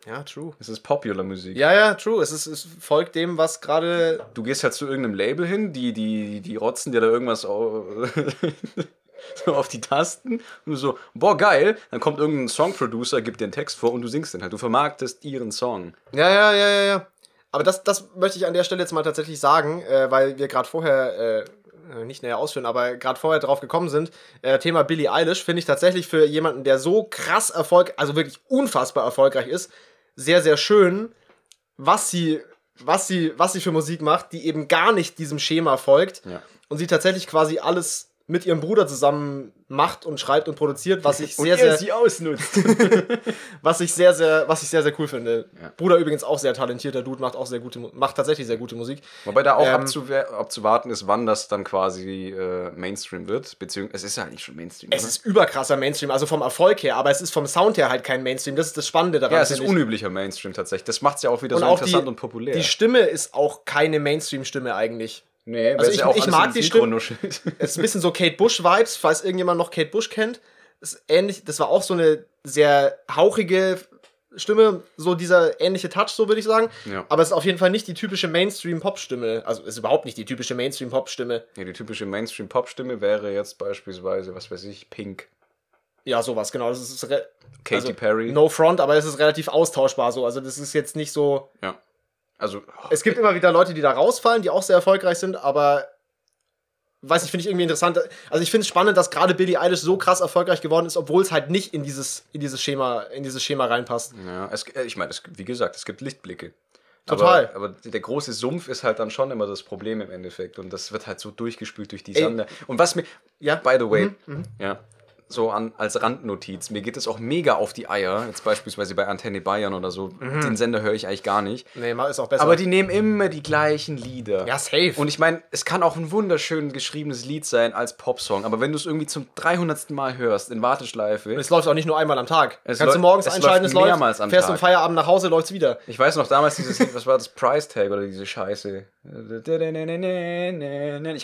[SPEAKER 1] Ja, true.
[SPEAKER 2] Es ist Popular Musik.
[SPEAKER 1] Ja, ja, true. Es, ist, es folgt dem, was gerade.
[SPEAKER 2] Du gehst halt zu irgendeinem Label hin, die, die, die rotzen dir da irgendwas au- so auf die Tasten und du so, boah, geil. Dann kommt irgendein Songproducer, gibt dir einen Text vor und du singst den halt. Du vermarktest ihren Song.
[SPEAKER 1] Ja, ja, ja, ja, ja. Aber das, das möchte ich an der Stelle jetzt mal tatsächlich sagen, äh, weil wir gerade vorher, äh, äh, nicht näher ausführen, aber gerade vorher drauf gekommen sind. Äh, Thema Billie Eilish finde ich tatsächlich für jemanden, der so krass Erfolg, also wirklich unfassbar erfolgreich ist, sehr, sehr schön, was sie, was sie, was sie für Musik macht, die eben gar nicht diesem Schema folgt.
[SPEAKER 2] Ja.
[SPEAKER 1] und sie tatsächlich quasi alles mit ihrem Bruder zusammen macht und schreibt und produziert, was ich sehr, sehr,
[SPEAKER 2] sie ausnutzt.
[SPEAKER 1] was ich sehr, sehr, was ich sehr, sehr cool finde.
[SPEAKER 2] Ja.
[SPEAKER 1] Bruder übrigens auch sehr talentierter Dude, macht auch sehr gute, Mu- macht tatsächlich sehr gute Musik.
[SPEAKER 2] Wobei da auch
[SPEAKER 1] Ähm.
[SPEAKER 2] abzuwe- abzuwarten ist, wann das dann quasi äh, Mainstream wird. Beziehungsweise, es ist ja eigentlich schon Mainstream.
[SPEAKER 1] Es ist überkrasser Mainstream, also vom Erfolg her, aber es ist vom Sound her halt kein Mainstream. Das ist das Spannende daran.
[SPEAKER 2] ja, es ist
[SPEAKER 1] finde ich.
[SPEAKER 2] unüblicher Mainstream tatsächlich. Das macht es ja auch wieder
[SPEAKER 1] und
[SPEAKER 2] so
[SPEAKER 1] auch
[SPEAKER 2] interessant
[SPEAKER 1] die,
[SPEAKER 2] und populär.
[SPEAKER 1] die Stimme ist auch keine Mainstream-Stimme eigentlich.
[SPEAKER 2] nee, weil
[SPEAKER 1] also
[SPEAKER 2] es
[SPEAKER 1] ich-
[SPEAKER 2] ja auch
[SPEAKER 1] ich
[SPEAKER 2] alles
[SPEAKER 1] mag
[SPEAKER 2] ins
[SPEAKER 1] die
[SPEAKER 2] Mikro
[SPEAKER 1] Stimmen.
[SPEAKER 2] nuschelt.
[SPEAKER 1] Es ist ein bisschen so Kate Bush-Vibes, falls irgendjemand noch Kate Bush kennt. Das, ist ähnlich, das war auch so eine sehr hauchige Stimme, so dieser ähnliche Touch, so würde ich sagen.
[SPEAKER 2] Ja.
[SPEAKER 1] Aber es ist auf jeden Fall nicht die typische Mainstream-Pop-Stimme. Also es ist überhaupt nicht die typische Mainstream-Pop-Stimme.
[SPEAKER 2] Ja, die typische Mainstream-Pop-Stimme wäre jetzt beispielsweise, was weiß ich, Pink,
[SPEAKER 1] Ja, sowas, genau. Das ist re-
[SPEAKER 2] Katy
[SPEAKER 1] also,
[SPEAKER 2] Perry.
[SPEAKER 1] No front, aber es ist relativ austauschbar so. Also das ist jetzt nicht so.
[SPEAKER 2] Ja. Also,
[SPEAKER 1] Es gibt immer wieder Leute, die da rausfallen, die auch sehr erfolgreich sind, aber weiß nicht, finde ich irgendwie interessant. Also ich finde es spannend, dass gerade Billie Eilish so krass erfolgreich geworden ist, obwohl es halt nicht in dieses, in dieses Schema, in dieses Schema reinpasst.
[SPEAKER 2] ja, es, äh, ich meine, es- wie gesagt, es gibt Lichtblicke.
[SPEAKER 1] Total.
[SPEAKER 2] Aber, aber der große Sumpf ist halt dann schon immer das Problem im Endeffekt. Und das wird halt so durchgespült durch die
[SPEAKER 1] Ey.
[SPEAKER 2] Sande. Und was mir,
[SPEAKER 1] Ja. Mhm,
[SPEAKER 2] by the way, ja, so an, als Randnotiz, mir geht es auch mega auf die Eier, jetzt beispielsweise bei Antenne Bayern oder so.
[SPEAKER 1] Mhm.
[SPEAKER 2] Den Sender höre ich eigentlich gar nicht.
[SPEAKER 1] Nee, ma- ist auch besser.
[SPEAKER 2] Aber die nehmen immer die gleichen Lieder.
[SPEAKER 1] Ja, safe.
[SPEAKER 2] Und ich meine, es kann auch ein wunderschön geschriebenes Lied sein als Popsong, aber wenn du es irgendwie zum 300. Mal hörst in Warteschleife.
[SPEAKER 1] es läuft auch nicht nur einmal am Tag.
[SPEAKER 2] Es
[SPEAKER 1] Kannst du
[SPEAKER 2] läu-
[SPEAKER 1] morgens
[SPEAKER 2] es
[SPEAKER 1] einschalten,
[SPEAKER 2] läuft
[SPEAKER 1] es läuft,
[SPEAKER 2] mehrmals am
[SPEAKER 1] fährst
[SPEAKER 2] Tag.
[SPEAKER 1] am Feierabend nach Hause, läuft's wieder.
[SPEAKER 2] Ich weiß noch damals dieses Lied, was war das? Price Tag oder diese Scheiße. Ich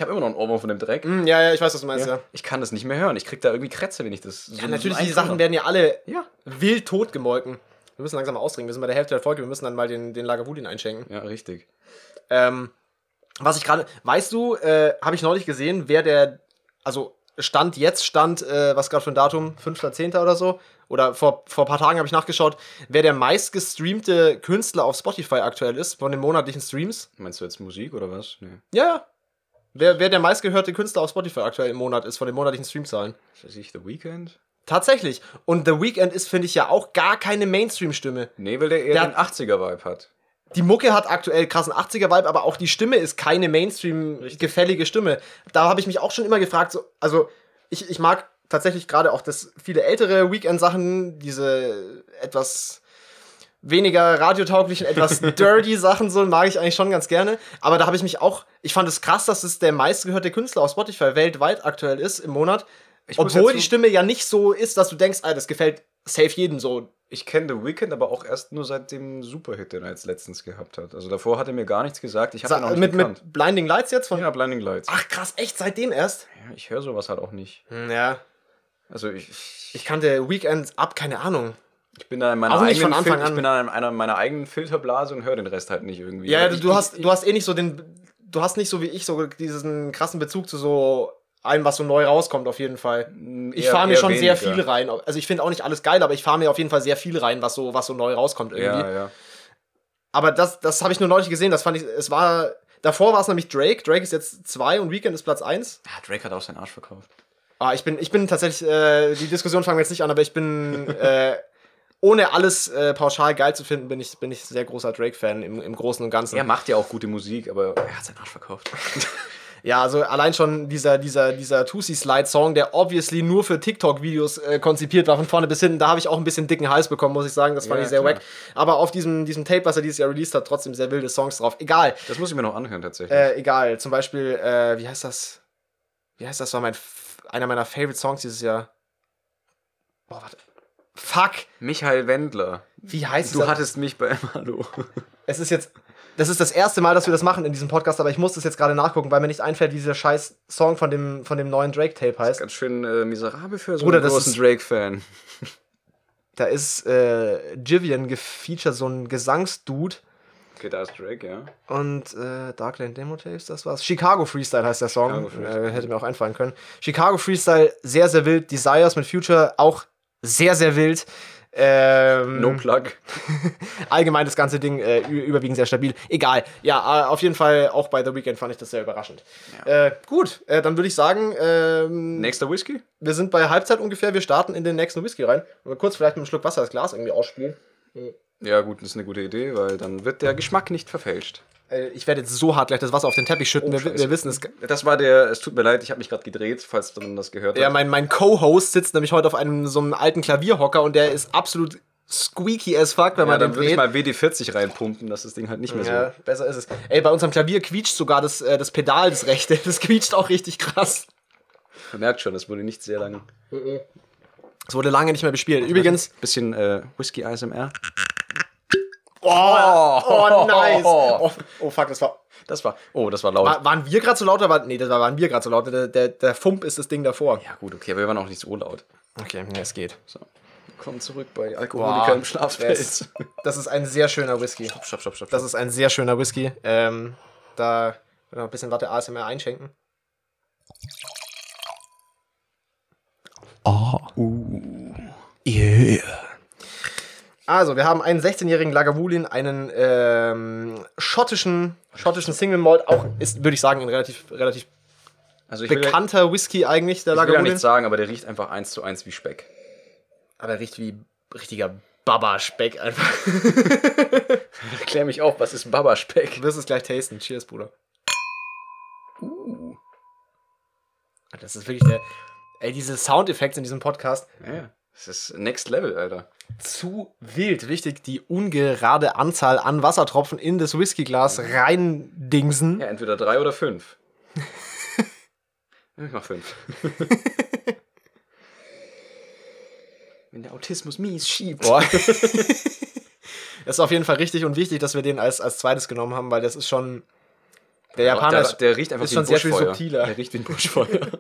[SPEAKER 2] habe immer noch einen Ohrwurm von dem Dreck.
[SPEAKER 1] Hm, ja, ja, ich weiß, was du meinst, ja.
[SPEAKER 2] Ich kann das nicht mehr hören. Ich krieg da irgendwie Krätze, wenn ich das. So,
[SPEAKER 1] Ja, natürlich,
[SPEAKER 2] so
[SPEAKER 1] die Sachen werden ja alle
[SPEAKER 2] Ja.
[SPEAKER 1] wild tot gemolken. Wir müssen langsam mal ausdringen. Wir sind bei der Hälfte der Folge. Wir müssen dann mal den, den Lagavulin einschenken.
[SPEAKER 2] Ja, richtig.
[SPEAKER 1] Ähm, was ich gerade, weißt du, äh, habe ich neulich gesehen, wer der, also Stand jetzt, Stand, äh, was gerade für ein Datum, 5.10. oder so, oder vor, vor ein paar Tagen habe ich nachgeschaut, wer der meistgestreamte Künstler auf Spotify aktuell ist, von den monatlichen Streams.
[SPEAKER 2] Meinst du jetzt Musik oder was? Nee.
[SPEAKER 1] Ja, ja. Wer, wer der meistgehörte Künstler auf Spotify aktuell im Monat ist, von den monatlichen Streamzahlen.
[SPEAKER 2] Was weiß ich, The Weeknd?
[SPEAKER 1] Tatsächlich. Und The Weeknd ist, finde ich, ja auch gar keine Mainstream-Stimme.
[SPEAKER 2] Nee, weil der eher
[SPEAKER 1] Der
[SPEAKER 2] den 80er-Vibe hat.
[SPEAKER 1] Die Mucke hat aktuell krassen 80er-Vibe, aber auch die Stimme ist keine Mainstream-gefällige Stimme. Da habe ich mich auch schon immer gefragt, so, also ich, ich mag tatsächlich gerade auch das viele ältere Weekend-Sachen, diese etwas weniger radiotauglichen, etwas dirty Sachen, so mag ich eigentlich schon ganz gerne. Aber da habe ich mich auch, ich fand es krass, dass es der meistgehörte Künstler auf Spotify weltweit aktuell ist im Monat.
[SPEAKER 2] Ich muss
[SPEAKER 1] Obwohl
[SPEAKER 2] dazu-
[SPEAKER 1] die Stimme ja nicht so ist, dass du denkst, ah, das gefällt safe jedem so.
[SPEAKER 2] Ich kenne The Weeknd aber auch erst nur seit dem Superhit, den er jetzt letztens gehabt hat. Also davor hat er mir gar nichts gesagt. Ich habe ihn auch nicht
[SPEAKER 1] mit,
[SPEAKER 2] gekannt.
[SPEAKER 1] mit Blinding Lights jetzt von.
[SPEAKER 2] Ja, Blinding Lights. Ah,
[SPEAKER 1] Ach krass, echt seitdem erst?
[SPEAKER 2] Ja, ich höre sowas halt auch nicht.
[SPEAKER 1] Ja,
[SPEAKER 2] Also ich,
[SPEAKER 1] Ich kannte Weekends ab, keine Ahnung.
[SPEAKER 2] ich bin da in meiner
[SPEAKER 1] Auch nicht von
[SPEAKER 2] eigenen
[SPEAKER 1] Anfang
[SPEAKER 2] Fil-
[SPEAKER 1] an.
[SPEAKER 2] ich bin da in einer meiner eigenen Filterblase und höre den Rest halt nicht irgendwie.
[SPEAKER 1] Ja,
[SPEAKER 2] ich,
[SPEAKER 1] du hast, du hast eh nicht so den, du hast nicht so wie ich so diesen krassen Bezug zu so allem, was so neu rauskommt auf jeden Fall. Ich
[SPEAKER 2] mm, eher-
[SPEAKER 1] fahre mir
[SPEAKER 2] eher
[SPEAKER 1] schon sehr
[SPEAKER 2] weniger.
[SPEAKER 1] viel rein. Also ich finde auch nicht alles geil, aber ich fahre mir auf jeden Fall sehr viel rein, was so, was so neu rauskommt irgendwie.
[SPEAKER 2] Ja, ja.
[SPEAKER 1] Aber das, das habe ich nur neulich gesehen. Das fand ich, es war, davor war es nämlich Drake. Drake ist jetzt zwei und Weekend ist Platz eins.
[SPEAKER 2] Ah, Drake hat auch seinen Arsch verkauft.
[SPEAKER 1] Ah, ich bin, ich bin tatsächlich, äh, die Diskussion fangen wir jetzt nicht an, aber ich bin, äh, ohne alles äh, pauschal geil zu finden, bin ich, bin ich sehr großer Drake-Fan im, im Großen und Ganzen.
[SPEAKER 2] Er macht ja auch gute Musik, aber er hat seinen Arsch verkauft.
[SPEAKER 1] Ja, also allein schon dieser, dieser, dieser Tussi-Slide-Song, der obviously nur für TikTok-Videos äh, konzipiert war, von vorne bis hinten, da habe ich auch ein bisschen dicken Hals bekommen, muss ich sagen. Das fand
[SPEAKER 2] Ja,
[SPEAKER 1] ich sehr
[SPEAKER 2] klar.
[SPEAKER 1] wack. Aber auf diesem, diesem Tape, was er dieses Jahr released hat, trotzdem sehr wilde Songs drauf. Egal,
[SPEAKER 2] Das muss ich mir noch anhören tatsächlich.
[SPEAKER 1] äh, egal. Zum Beispiel, äh, wie heißt das? Wie heißt das? War mein, F- einer meiner Favorite Songs dieses Jahr. Boah, warte. Fuck!
[SPEAKER 2] Michael Wendler.
[SPEAKER 1] Wie heißt
[SPEAKER 2] Du
[SPEAKER 1] das?
[SPEAKER 2] hattest mich bei Hallo.
[SPEAKER 1] Es ist jetzt. Das ist das erste Mal, dass wir das machen in diesem Podcast, aber ich muss das jetzt gerade nachgucken, weil mir nicht einfällt, wie dieser scheiß Song von dem, von dem neuen Drake-Tape heißt.
[SPEAKER 2] Ganz schön äh, miserabel für so
[SPEAKER 1] Bruder,
[SPEAKER 2] einen
[SPEAKER 1] das
[SPEAKER 2] großen
[SPEAKER 1] ist-
[SPEAKER 2] Drake-Fan.
[SPEAKER 1] Da ist äh, Jivian gefeatured, so ein Gesangsdude.
[SPEAKER 2] Okay, da ist Drake, ja.
[SPEAKER 1] Und äh, Darkland Demo Tapes, das war's. Chicago Freestyle heißt der Song.
[SPEAKER 2] Chicago Freestyle.
[SPEAKER 1] Äh, hätte mir auch einfallen können. Chicago Freestyle, sehr, sehr wild. Desires mit Future, auch sehr, sehr wild. Ähm,
[SPEAKER 2] No plug.
[SPEAKER 1] Allgemein das ganze Ding äh, ü- überwiegend sehr stabil. Egal. Ja, äh, auf jeden Fall auch bei The Weeknd fand ich das sehr überraschend. Äh, gut, äh, dann würde ich sagen, ähm,
[SPEAKER 2] Nächster Whisky?
[SPEAKER 1] wir sind bei Halbzeit ungefähr. Wir starten in den nächsten Whisky rein. Mal kurz vielleicht mit einem Schluck Wasser das Glas irgendwie ausspielen.
[SPEAKER 2] Ja, gut, das ist eine gute Idee, weil dann wird der Geschmack nicht verfälscht.
[SPEAKER 1] Äh, ich werde jetzt so hart gleich das Wasser auf den Teppich schütten. wir, wir
[SPEAKER 2] Oh, Scheiße.
[SPEAKER 1] wissen es.
[SPEAKER 2] Das war der, es tut mir leid, ich habe mich gerade gedreht, falls man das gehört
[SPEAKER 1] Ja,
[SPEAKER 2] hat.
[SPEAKER 1] mein, mein Co-Host sitzt nämlich heute auf einem so einem alten Klavierhocker und der ist absolut squeaky as fuck, wenn
[SPEAKER 2] Ja,
[SPEAKER 1] man
[SPEAKER 2] dann
[SPEAKER 1] den
[SPEAKER 2] würde
[SPEAKER 1] dreht.
[SPEAKER 2] ich mal WD-40 reinpumpen, dass das Ding halt nicht mehr so.
[SPEAKER 1] ja, besser ist es. Ey, bei unserem Klavier quietscht sogar das, äh, das Pedal, das rechte. Das quietscht auch richtig krass.
[SPEAKER 2] Man merkt schon, das wurde nicht sehr lang.
[SPEAKER 1] Es wurde lange nicht mehr bespielt. Übrigens.
[SPEAKER 2] Bisschen äh, Whisky ASMR.
[SPEAKER 1] Oh, oh nice. Oh, oh fuck, das war.
[SPEAKER 2] Das war. Oh, das war laut.
[SPEAKER 1] War- Waren wir gerade so laut oder war, Nee, das war, waren wir gerade so laut. Der, der, der Fump ist das Ding davor.
[SPEAKER 2] ja, gut, okay, aber wir waren auch nicht so laut.
[SPEAKER 1] Okay, nee, es geht.
[SPEAKER 2] So. Komm zurück bei Alkoholiker
[SPEAKER 1] Wow.
[SPEAKER 2] im Schlafpelz.
[SPEAKER 1] Yes. Das ist ein sehr schöner Whisky.
[SPEAKER 2] Stopp, stopp, stopp.
[SPEAKER 1] Das ist ein sehr schöner Whisky. Ähm, da will ich noch ein bisschen Watte ASMR einschenken. Uh. Also, wir haben einen 16-jährigen Lagavulin, einen ähm, schottischen, schottischen Single Malt, auch ist, würde ich sagen, ein relativ, relativ
[SPEAKER 2] also ich will, ja-
[SPEAKER 1] bekannter Whisky eigentlich, der
[SPEAKER 2] ich will ja
[SPEAKER 1] Lagavulin.
[SPEAKER 2] nichts sagen, aber der riecht einfach eins zu eins wie Speck.
[SPEAKER 1] Aber er riecht wie richtiger Baba-Speck einfach.
[SPEAKER 2] Klär mich auf, was ist Babaspeck?
[SPEAKER 1] Du wirst es gleich tasten. Cheers, Bruder. Uh. Ah, Das ist wirklich der. Ey, diese Soundeffekte in diesem Podcast.
[SPEAKER 2] Ja, das ist Next Level, Alter.
[SPEAKER 1] Zu wild. Wichtig, die ungerade Anzahl an Wassertropfen in das Whiskyglas reindingsen.
[SPEAKER 2] Ja, entweder drei oder fünf. ich mach fünf. Wenn der Autismus mies schiebt.
[SPEAKER 1] Boah. das ist auf jeden Fall richtig und wichtig, dass wir den als, als zweites genommen haben, weil das ist schon. Der Japaner
[SPEAKER 2] der,
[SPEAKER 1] ist.
[SPEAKER 2] der riecht einfach
[SPEAKER 1] ist
[SPEAKER 2] wie
[SPEAKER 1] schon
[SPEAKER 2] ein
[SPEAKER 1] sehr viel
[SPEAKER 2] Buschfeuer.
[SPEAKER 1] subtiler.
[SPEAKER 2] Der riecht wie ein Buschfeuer.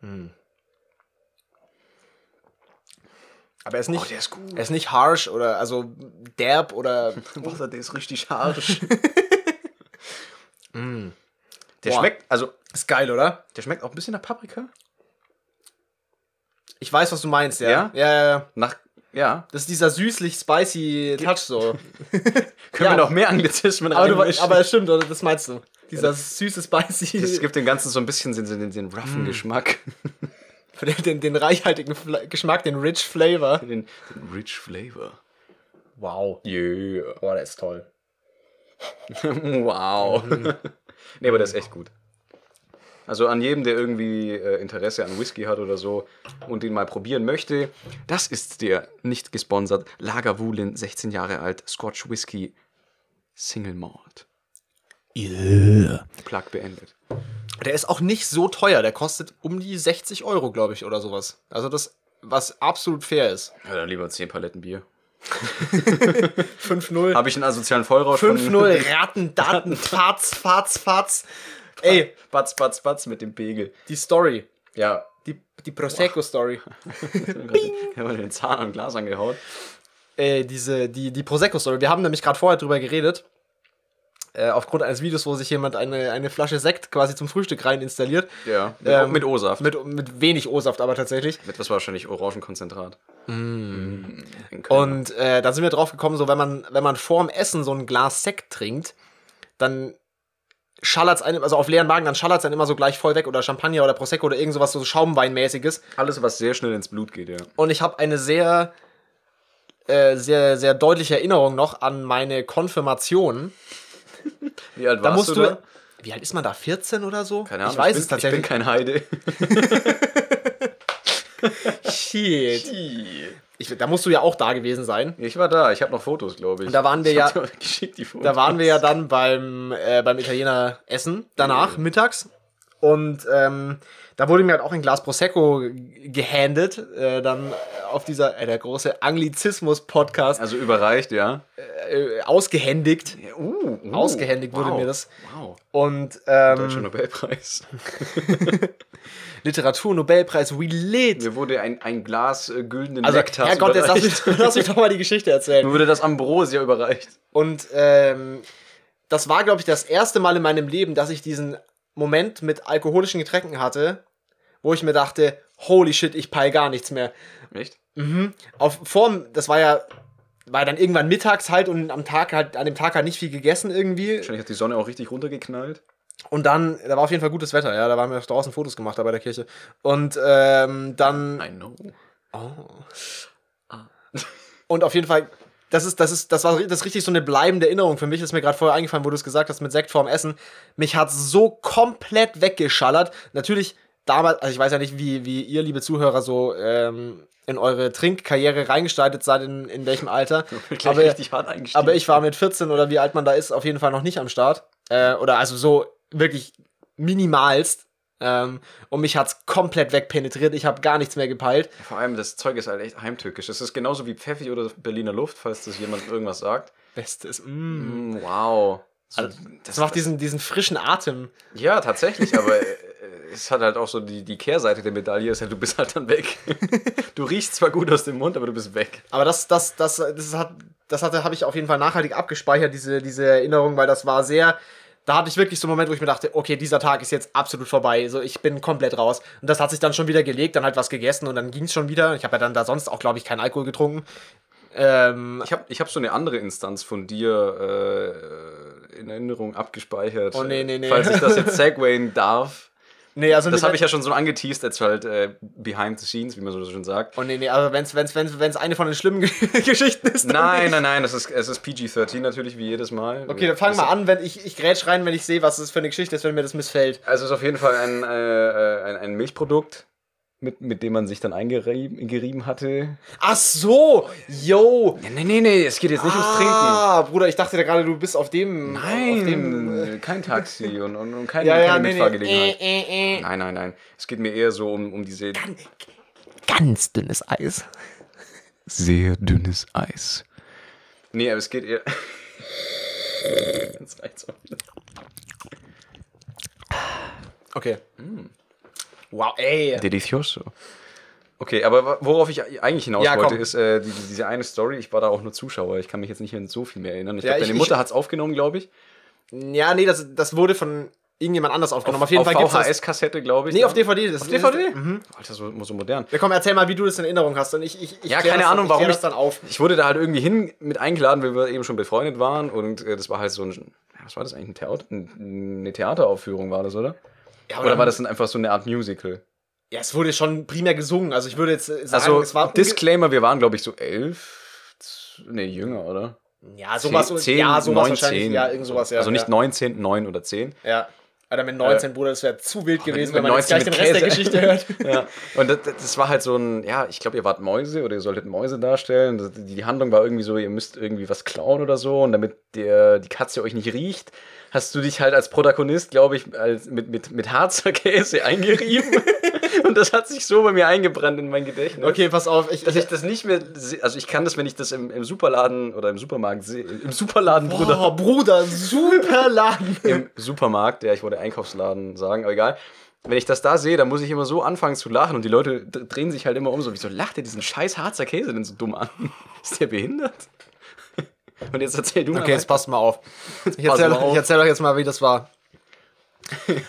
[SPEAKER 2] Hm.
[SPEAKER 1] aber er ist nicht.
[SPEAKER 2] Oh, ist gut.
[SPEAKER 1] er ist nicht harsh oder also derb oder.
[SPEAKER 2] Wasser, der ist richtig harsch. Mm. Der
[SPEAKER 1] Boah.
[SPEAKER 2] schmeckt, also,
[SPEAKER 1] Ist geil, oder?
[SPEAKER 2] der schmeckt auch ein bisschen nach Paprika.
[SPEAKER 1] Ich weiß, was du meinst, ja.
[SPEAKER 2] Ja?
[SPEAKER 1] Ja, ja, ja.
[SPEAKER 2] Nach, ja.
[SPEAKER 1] Das ist dieser süßlich spicy Touch so.
[SPEAKER 2] Können
[SPEAKER 1] Ja.
[SPEAKER 2] wir noch mehr Anglizismen
[SPEAKER 1] Aber, du,
[SPEAKER 2] reinmischen?
[SPEAKER 1] aber es stimmt, oder? Das meinst du. Dieser süße Spicy.
[SPEAKER 2] das gibt dem Ganzen so ein bisschen den, den, den roughen Geschmack.
[SPEAKER 1] für den, den, den reichhaltigen Fla Geschmack, den rich Flavor.
[SPEAKER 2] Den, den rich flavor.
[SPEAKER 1] Wow.
[SPEAKER 2] Yeah.
[SPEAKER 1] Boah, der ist toll.
[SPEAKER 2] wow. nee, aber der ist echt gut. Also an jedem, der irgendwie äh, Interesse an Whisky hat oder so und den mal probieren möchte, das ist der nicht gesponsert Lagerwulin, 16 Jahre alt, Scotch Whisky Single Malt. Plug beendet.
[SPEAKER 1] Der ist auch nicht so teuer. Der kostet um die 60 Euro, glaube ich, oder sowas. Also das, was absolut fair ist.
[SPEAKER 2] Ja, dann lieber 10 Paletten Bier.
[SPEAKER 1] 5-0.
[SPEAKER 2] Habe ich einen asozialen Vollrausch von-
[SPEAKER 1] 5-0. Ratten, Daten, Fatz, Fatz, Fatz. Ey,
[SPEAKER 2] Batz, batz, batz mit dem Pegel.
[SPEAKER 1] die Story.
[SPEAKER 2] Ja.
[SPEAKER 1] Die, die Prosecco-Story.
[SPEAKER 2] Ich habe den Zahn am Glas angehaut.
[SPEAKER 1] äh, diese, die, die Prosecco-Story. Wir haben nämlich gerade vorher drüber geredet. Äh, aufgrund eines Videos, wo sich jemand eine, eine Flasche Sekt quasi zum Frühstück rein installiert.
[SPEAKER 2] Ja. Mit,
[SPEAKER 1] Ähm,
[SPEAKER 2] mit O-Saft.
[SPEAKER 1] Mit, mit wenig O-Saft aber tatsächlich.
[SPEAKER 2] Mit was wahrscheinlich Orangenkonzentrat. Mm.
[SPEAKER 1] Und äh, da sind wir drauf gekommen, so wenn man, wenn man vorm Essen so ein Glas Sekt trinkt, dann schallert's einem, also auf leeren Magen, dann schallert's dann immer so gleich voll weg oder Champagner oder Prosecco oder irgend sowas so Schaumweinmäßiges.
[SPEAKER 2] alles, was sehr schnell ins Blut geht, ja.
[SPEAKER 1] Und ich habe eine sehr, äh, sehr, sehr deutliche Erinnerung noch an meine Konfirmation.
[SPEAKER 2] Wie alt
[SPEAKER 1] Da musst du.
[SPEAKER 2] da?
[SPEAKER 1] Wie alt ist man da? 14 oder so?
[SPEAKER 2] Keine Ahnung.
[SPEAKER 1] ich weiß
[SPEAKER 2] bin,
[SPEAKER 1] es tatsächlich.
[SPEAKER 2] Ich bin kein Heide.
[SPEAKER 1] Shit. Ich, da musst du ja auch da gewesen sein.
[SPEAKER 2] Ich war da. Ich habe noch Fotos, glaube ich.
[SPEAKER 1] Und da waren wir
[SPEAKER 2] ich hab
[SPEAKER 1] ja-
[SPEAKER 2] dir Geschickt, die Fotos.
[SPEAKER 1] Da waren wir ja dann beim, äh, beim Italiener essen, danach, mittags. Und ähm, da wurde mir halt auch ein Glas Prosecco g- gehandelt, äh, dann auf dieser, äh, der große Anglizismus-Podcast
[SPEAKER 2] Also überreicht, ja.
[SPEAKER 1] äh, ausgehändigt.
[SPEAKER 2] Uh, uh,
[SPEAKER 1] Ausgehändigt wurde mir das.
[SPEAKER 2] Wow.
[SPEAKER 1] Und
[SPEAKER 2] Deutscher
[SPEAKER 1] ähm,
[SPEAKER 2] Nobelpreis.
[SPEAKER 1] Literaturnobelpreis, we lit.
[SPEAKER 2] Mir wurde ein, ein Glas äh, güldenen
[SPEAKER 1] Also,
[SPEAKER 2] Nektars
[SPEAKER 1] Herrgott, jetzt lass
[SPEAKER 2] überreicht.
[SPEAKER 1] mich, lass mich doch mal die Geschichte erzählen.
[SPEAKER 2] Mir wurde das Ambrosia überreicht.
[SPEAKER 1] Und ähm, das war, glaube ich, das erste Mal in meinem Leben, dass ich diesen Moment mit alkoholischen Getränken hatte, wo ich mir dachte, holy shit, ich peil gar nichts mehr.
[SPEAKER 2] Echt?
[SPEAKER 1] Mhm. Auf Form, das war ja war dann irgendwann mittags halt und am Tag halt an dem Tag halt nicht viel gegessen irgendwie
[SPEAKER 2] Wahrscheinlich hat die Sonne auch richtig runtergeknallt.
[SPEAKER 1] und dann da war auf jeden Fall gutes Wetter, ja, da haben wir draußen Fotos gemacht da bei der Kirche und ähm, dann
[SPEAKER 2] I know.
[SPEAKER 1] Oh. Und auf jeden Fall, das ist, das ist, das war das ist richtig so eine bleibende Erinnerung für mich. Ist mir gerade vorher eingefallen, wo du es gesagt hast mit Sekt vorm Essen. Mich hat so komplett weggeschallert. Natürlich damals, also ich weiß ja nicht, wie, wie ihr, liebe Zuhörer, so ähm, in eure Trinkkarriere reingestaltet seid, in, in welchem Alter.
[SPEAKER 2] Gleich
[SPEAKER 1] aber,
[SPEAKER 2] richtig hart eingestiegen.
[SPEAKER 1] aber ich war mit 14 oder wie alt man da ist, auf jeden Fall noch nicht am Start. Äh, oder also so wirklich minimalst. Ähm, und mich hat's komplett wegpenetriert. Ich habe gar nichts mehr gepeilt.
[SPEAKER 2] Vor allem, das Zeug ist halt echt heimtückisch. Es ist genauso wie Pfeffi oder Berliner Luft, falls das jemand irgendwas sagt.
[SPEAKER 1] Bestes. Mm.
[SPEAKER 2] Mm, wow. So,
[SPEAKER 1] Das macht diesen, diesen frischen Atem.
[SPEAKER 2] Ja, tatsächlich, aber äh, es hat halt auch so die, die Kehrseite der Medaille, ist halt, du bist halt dann weg. Du riechst zwar gut aus dem Mund, aber du bist weg.
[SPEAKER 1] Aber das, das, das, das hat, das hatte, habe ich auf jeden Fall nachhaltig abgespeichert, diese, diese Erinnerung, weil das war sehr. Da hatte ich wirklich so einen Moment, wo ich mir dachte, okay, dieser Tag ist jetzt absolut vorbei. So, ich bin komplett raus. Und das hat sich dann schon wieder gelegt, dann halt was gegessen und dann ging es schon wieder. Ich habe ja dann da sonst auch, glaube ich, keinen Alkohol getrunken. Ähm,
[SPEAKER 2] Ich habe ich hab so eine andere Instanz von dir äh, in Erinnerung abgespeichert. äh,
[SPEAKER 1] Oh, nee, nee, nee.
[SPEAKER 2] Falls ich das jetzt segwayen darf.
[SPEAKER 1] nee, also
[SPEAKER 2] Das habe ich ja schon so angeteased, als halt äh, behind the scenes, wie man so schön sagt.
[SPEAKER 1] Oh nee, nee, also wenn's, wenn's, wenn's, wenn's eine von den schlimmen Geschichten ist. dann
[SPEAKER 2] Nein,
[SPEAKER 1] nicht.
[SPEAKER 2] nein, nein, das ist, es ist PG-13 natürlich, wie jedes Mal.
[SPEAKER 1] Okay, dann fang
[SPEAKER 2] Es-
[SPEAKER 1] mal an, wenn ich, ich grätsch rein, wenn ich sehe, was das für eine Geschichte ist, wenn mir das missfällt.
[SPEAKER 2] Also es ist auf jeden Fall ein, äh, äh, ein, ein Milchprodukt, mit, mit dem man sich dann eingerieben gerieben hatte.
[SPEAKER 1] Ach
[SPEAKER 2] Oh
[SPEAKER 1] so! Yo!
[SPEAKER 2] Nee, nee, nee, nee, es geht jetzt nicht ums Trinken.
[SPEAKER 1] Ah, Bruder, ich dachte da gerade, du bist auf dem.
[SPEAKER 2] Nein,
[SPEAKER 1] Auf dem, äh,
[SPEAKER 2] kein Taxi und, und, und kein,
[SPEAKER 1] ja, ja, nee,
[SPEAKER 2] keine
[SPEAKER 1] nee.
[SPEAKER 2] Mitfahrgelegenheit.
[SPEAKER 1] Äh, äh, äh.
[SPEAKER 2] Nein, nein, nein. Es geht mir eher so um, um diese
[SPEAKER 1] Ganz dünnes Eis.
[SPEAKER 2] sehr dünnes Eis. Nee, aber es geht eher. Jetzt reicht's auch wieder.
[SPEAKER 1] Okay. Hm. Wow, ey.
[SPEAKER 2] Delicioso. Okay, aber wa- worauf ich eigentlich hinaus
[SPEAKER 1] Ja,
[SPEAKER 2] wollte,
[SPEAKER 1] komm.
[SPEAKER 2] ist äh, die, diese eine Story. Ich war da auch nur Zuschauer. Ich kann mich jetzt nicht mehr an so viel mehr erinnern. Ich
[SPEAKER 1] Ja,
[SPEAKER 2] glaube,
[SPEAKER 1] ich-
[SPEAKER 2] deine Mutter hat es aufgenommen, glaube ich.
[SPEAKER 1] Ja, nee, das, das wurde von irgendjemand anders aufgenommen. Auf, jeden Fall
[SPEAKER 2] auf
[SPEAKER 1] gibt's das.
[SPEAKER 2] VHS-Kassette, glaube ich.
[SPEAKER 1] Nee, auf
[SPEAKER 2] DVD.
[SPEAKER 1] DVD. Das auf
[SPEAKER 2] DVD?
[SPEAKER 1] Mhm.
[SPEAKER 2] Alter, so, so modern.
[SPEAKER 1] Ja, komm, erzähl mal, wie du das in Erinnerung hast. Und ich, ich, ich
[SPEAKER 2] Ja,
[SPEAKER 1] klär
[SPEAKER 2] keine
[SPEAKER 1] das,
[SPEAKER 2] Ahnung,
[SPEAKER 1] ich klär
[SPEAKER 2] warum
[SPEAKER 1] das
[SPEAKER 2] ich-
[SPEAKER 1] dann auf.
[SPEAKER 2] Ich wurde da halt irgendwie hin mit eingeladen, weil wir eben schon befreundet waren. Und äh, das war halt so ein. ja, Was war das eigentlich? Ein Theater, ein- eine Theateraufführung war das, oder?
[SPEAKER 1] Ja,
[SPEAKER 2] Oder war das dann einfach so eine Art Musical?
[SPEAKER 1] Ja, es wurde schon primär gesungen. Also ich würde jetzt äh, sagen,
[SPEAKER 2] Also,
[SPEAKER 1] es war.
[SPEAKER 2] Disclaimer, wir waren, glaube ich, so elf. z- Nee, jünger, oder?
[SPEAKER 1] unge- ja, sowas. ja, sowas wahrscheinlich. Ja, irgend sowas, ja.
[SPEAKER 2] Also nicht
[SPEAKER 1] ja.
[SPEAKER 2] 19, 9 oder 10.
[SPEAKER 1] Ja. Äh, Alter, mit 19, Bruder, das wäre zu wild gewesen, wenn man jetzt
[SPEAKER 2] 19
[SPEAKER 1] gleich den Rest der
[SPEAKER 2] mit
[SPEAKER 1] Geschichte hört.
[SPEAKER 2] ja. Und das, das war halt so ein, ja, ich glaube, ihr wart Mäuse oder ihr solltet Mäuse darstellen. Das- Die Handlung war irgendwie so, ihr müsst irgendwie was klauen oder so. Und damit der, die Katze euch nicht riecht, hast du dich halt als Protagonist, glaube ich, als, mit, mit, mit Harzer Käse eingerieben. Und das hat sich so bei mir eingebrannt in mein Gedächtnis.
[SPEAKER 1] Okay, pass auf. Ich,
[SPEAKER 2] Dass ich das nicht mehr, se- also ich kann das, wenn ich das im, im Superladen oder im Supermarkt sehe, im Superladen, Bruder,
[SPEAKER 1] Bruder. Oh, Bruder, super Laden.
[SPEAKER 2] im Supermarkt, ja, ich wollte Einkaufsladen sagen, aber egal. Wenn ich das da sehe, dann muss ich immer so anfangen zu lachen und die Leute d- drehen sich halt immer um, so, wieso lacht ihr diesen scheiß Harzer Käse denn so dumm an? Ist der behindert? Und jetzt erzähl du
[SPEAKER 1] Okay,
[SPEAKER 2] mal.
[SPEAKER 1] jetzt passt mal auf. Ich
[SPEAKER 2] passt
[SPEAKER 1] erzähle
[SPEAKER 2] mal auf.
[SPEAKER 1] euch erzähl euch jetzt mal, wie das war.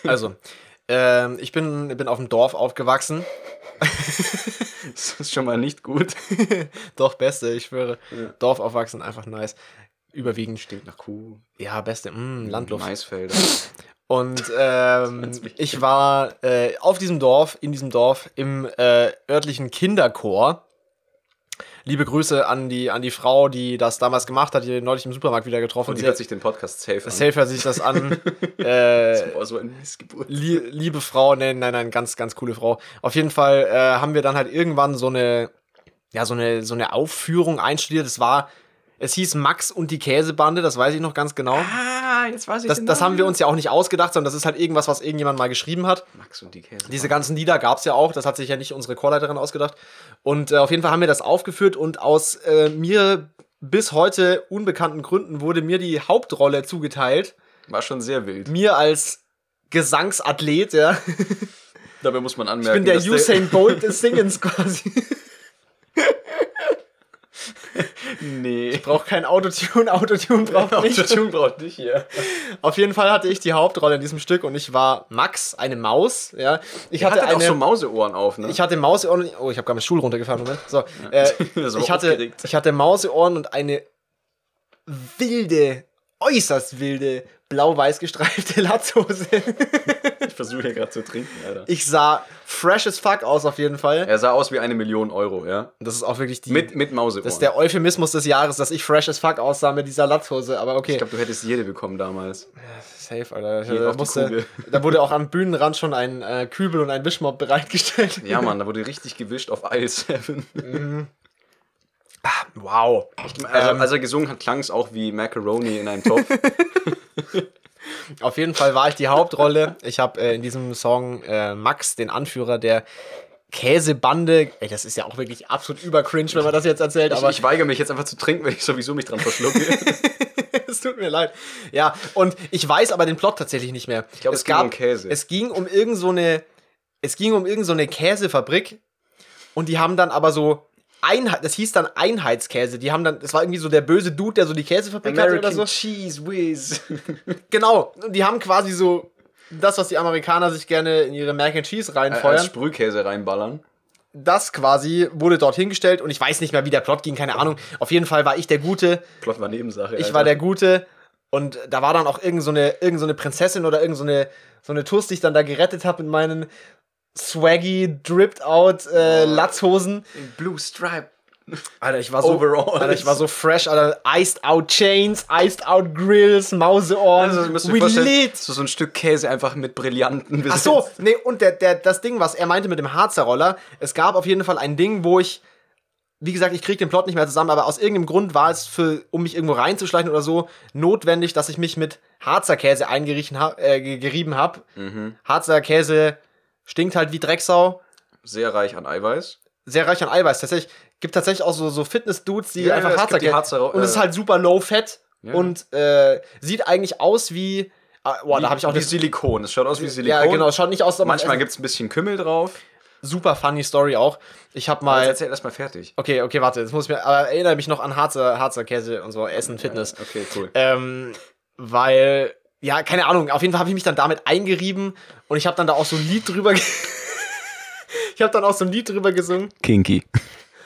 [SPEAKER 1] Also, ähm, ich bin, bin auf dem Dorf aufgewachsen.
[SPEAKER 2] Das ist schon mal nicht gut.
[SPEAKER 1] Doch, Beste, ich schwöre. Dorf aufwachsen, einfach nice. Überwiegend steht.
[SPEAKER 2] Nach Kuh,
[SPEAKER 1] Ja, Beste, mm, Landluft.
[SPEAKER 2] Maisfelder.
[SPEAKER 1] Und ähm,
[SPEAKER 2] Ganz wichtig.
[SPEAKER 1] ich war äh, auf diesem Dorf, in diesem Dorf, im äh, örtlichen Kinderchor. Liebe Grüße an die, an die Frau, die das damals gemacht hat, die neulich im Supermarkt wieder getroffen.
[SPEAKER 2] Und die
[SPEAKER 1] Sie
[SPEAKER 2] hört sich den Podcast safe an.
[SPEAKER 1] Safe hört sich das an. äh,
[SPEAKER 2] Boah, so ein Missgeburt.
[SPEAKER 1] lie liebe Frau, nein, nein, nein, ganz, ganz coole Frau. Auf jeden Fall äh, haben wir dann halt irgendwann so eine, ja, so eine, so eine Aufführung einstudiert. Es war, Es hieß Max und die Käsebande, das weiß ich noch ganz genau.
[SPEAKER 2] Ah, jetzt weiß ich
[SPEAKER 1] Das,
[SPEAKER 2] den
[SPEAKER 1] das haben
[SPEAKER 2] Namen
[SPEAKER 1] wir
[SPEAKER 2] wieder.
[SPEAKER 1] uns ja auch nicht ausgedacht, sondern das ist halt irgendwas, was irgendjemand mal geschrieben hat.
[SPEAKER 2] Max und die Käse.
[SPEAKER 1] Diese ganzen Lieder gab es ja auch, das hat sich ja nicht unsere Chorleiterin ausgedacht. Und äh, auf jeden Fall haben wir das aufgeführt und aus äh, mir bis heute unbekannten Gründen wurde mir die Hauptrolle zugeteilt.
[SPEAKER 2] war schon sehr wild.
[SPEAKER 1] Mir als Gesangsathlet, ja.
[SPEAKER 2] Dabei muss man
[SPEAKER 1] Ich
[SPEAKER 2] anmerken,
[SPEAKER 1] bin der
[SPEAKER 2] dass
[SPEAKER 1] Usain Bolt des Singens quasi.
[SPEAKER 2] nee.
[SPEAKER 1] Braucht kein Autotune, Autotune braucht nicht.
[SPEAKER 2] Autotune braucht nicht hier.
[SPEAKER 1] Auf jeden Fall hatte ich die Hauptrolle in diesem Stück und ich war Max, eine Maus, ja. Ich
[SPEAKER 2] Hatte
[SPEAKER 1] hatte
[SPEAKER 2] auch so
[SPEAKER 1] eine
[SPEAKER 2] Mauseohren auf, ne?
[SPEAKER 1] ich hatte Mauseohren, oh, ich habe gerade meinen Stuhl runtergefahren, Moment. So, äh,
[SPEAKER 2] Das war
[SPEAKER 1] ich, hatte,
[SPEAKER 2] aufgeregt.
[SPEAKER 1] ich hatte Mauseohren und eine wilde, äußerst wilde, blau-weiß gestreifte Latzhose.
[SPEAKER 2] ich versuche hier gerade zu trinken, Alter.
[SPEAKER 1] Ich sah fresh as fuck aus auf jeden Fall.
[SPEAKER 2] Er sah aus wie eine Million Euro, ja?
[SPEAKER 1] Das ist auch wirklich die,
[SPEAKER 2] Mit, mit Mauseohren.
[SPEAKER 1] das ist der Euphemismus des Jahres, dass ich fresh as fuck aussah mit dieser Latzhose, aber okay.
[SPEAKER 2] ich glaube, du hättest jede bekommen damals.
[SPEAKER 1] Safe, Alter.
[SPEAKER 2] Geht
[SPEAKER 1] da,
[SPEAKER 2] auf die
[SPEAKER 1] musste,
[SPEAKER 2] Kugel.
[SPEAKER 1] da wurde auch am Bühnenrand schon ein äh, Kübel und ein Wischmopp bereitgestellt.
[SPEAKER 2] Ja, Mann, da wurde richtig gewischt auf Isle 7.
[SPEAKER 1] Wow.
[SPEAKER 2] Also, als er gesungen hat, klang es auch wie Macaroni in einem Topf.
[SPEAKER 1] Auf jeden Fall war ich die Hauptrolle. Ich habe äh, in diesem Song äh, Max, den Anführer der Käsebande. Ey, das ist ja auch wirklich absolut übercringe, wenn man das jetzt erzählt,
[SPEAKER 2] ich,
[SPEAKER 1] aber
[SPEAKER 2] ich weigere mich jetzt einfach zu trinken, weil ich sowieso mich dran verschlucke.
[SPEAKER 1] es tut mir leid. Ja, und ich weiß aber den Plot tatsächlich nicht mehr. Ich
[SPEAKER 2] glaub, es ging um Käse.
[SPEAKER 1] Es ging um irgend so eine es ging um irgend so eine Käsefabrik und die haben dann aber so Einheit, das hieß dann Einheitskäse. Die haben dann, das war irgendwie so der böse Dude, der so die Käsefabrik hatte oder so.
[SPEAKER 2] Cheese Whiz.
[SPEAKER 1] Genau, und die haben quasi so das, was die Amerikaner sich gerne in ihre Mac and Cheese
[SPEAKER 2] Äh, Als
[SPEAKER 1] reinfeuern,
[SPEAKER 2] Sprühkäse reinballern.
[SPEAKER 1] das quasi wurde dort hingestellt und ich weiß nicht mehr, wie der Plot ging, keine Ahnung. Auf jeden Fall war ich der Gute,
[SPEAKER 2] Plot war Nebensache.
[SPEAKER 1] ich war der Gute und da war dann auch irgend so eine, irgend so eine Prinzessin oder irgend so eine, so eine Tuss, die ich dann da gerettet habe mit meinen swaggy, dripped out äh, Latzhosen.
[SPEAKER 2] Blue Stripe.
[SPEAKER 1] Alter, ich war so
[SPEAKER 2] Overalls.
[SPEAKER 1] Alter, ich war so fresh, Alter, iced out Chains, iced out Grills, Mauseohren.
[SPEAKER 2] Also, das müsst ihr euch
[SPEAKER 1] we
[SPEAKER 2] vorstellen,
[SPEAKER 1] lit.
[SPEAKER 2] So, so ein Stück Käse einfach mit Brillanten.
[SPEAKER 1] Ach so, nee, und der, der, das Ding, was er meinte mit dem Harzer Roller, es gab auf jeden Fall ein Ding, wo ich, wie gesagt, ich krieg den Plot nicht mehr zusammen, aber aus irgendeinem Grund war es für, um mich irgendwo reinzuschleichen oder so, notwendig, dass ich mich mit Harzer Käse eingerieben habe. Äh, ge- gerieben hab.
[SPEAKER 2] Mhm.
[SPEAKER 1] Harzer Käse stinkt halt wie Drecksau,
[SPEAKER 2] Sehr reich an Eiweiß.
[SPEAKER 1] sehr reich an Eiweiß. Tatsächlich gibt tatsächlich auch so, so Fitness-Dudes, die
[SPEAKER 2] Ja, ja,
[SPEAKER 1] einfach
[SPEAKER 2] es gibt
[SPEAKER 1] Harzer
[SPEAKER 2] die
[SPEAKER 1] Käse.
[SPEAKER 2] Harzer,
[SPEAKER 1] und es ist
[SPEAKER 2] äh,
[SPEAKER 1] halt super low fat
[SPEAKER 2] Ja.
[SPEAKER 1] und äh, sieht eigentlich aus wie. ah, Boah, da habe ich auch
[SPEAKER 2] wie
[SPEAKER 1] das.
[SPEAKER 2] Silikon. Es schaut aus wie Silikon.
[SPEAKER 1] Ja, genau, schaut nicht aus, als ob man
[SPEAKER 2] Manchmal
[SPEAKER 1] essen-
[SPEAKER 2] gibt es ein bisschen Kümmel drauf.
[SPEAKER 1] super funny Story auch. Ich habe
[SPEAKER 2] Jetzt
[SPEAKER 1] mal.
[SPEAKER 2] erzähl erstmal fertig.
[SPEAKER 1] Okay, okay, warte, jetzt muss ich mir. Aber erinnere mich noch an Harzer, Harzer Käse und so, Essen, Fitness.
[SPEAKER 2] Okay, cool.
[SPEAKER 1] Ähm, weil. Ja, keine Ahnung. Auf jeden Fall habe ich mich dann damit eingerieben und ich habe dann da auch so ein Lied drüber. ge- ich habe dann auch so ein Lied drüber gesungen.
[SPEAKER 2] Kinky.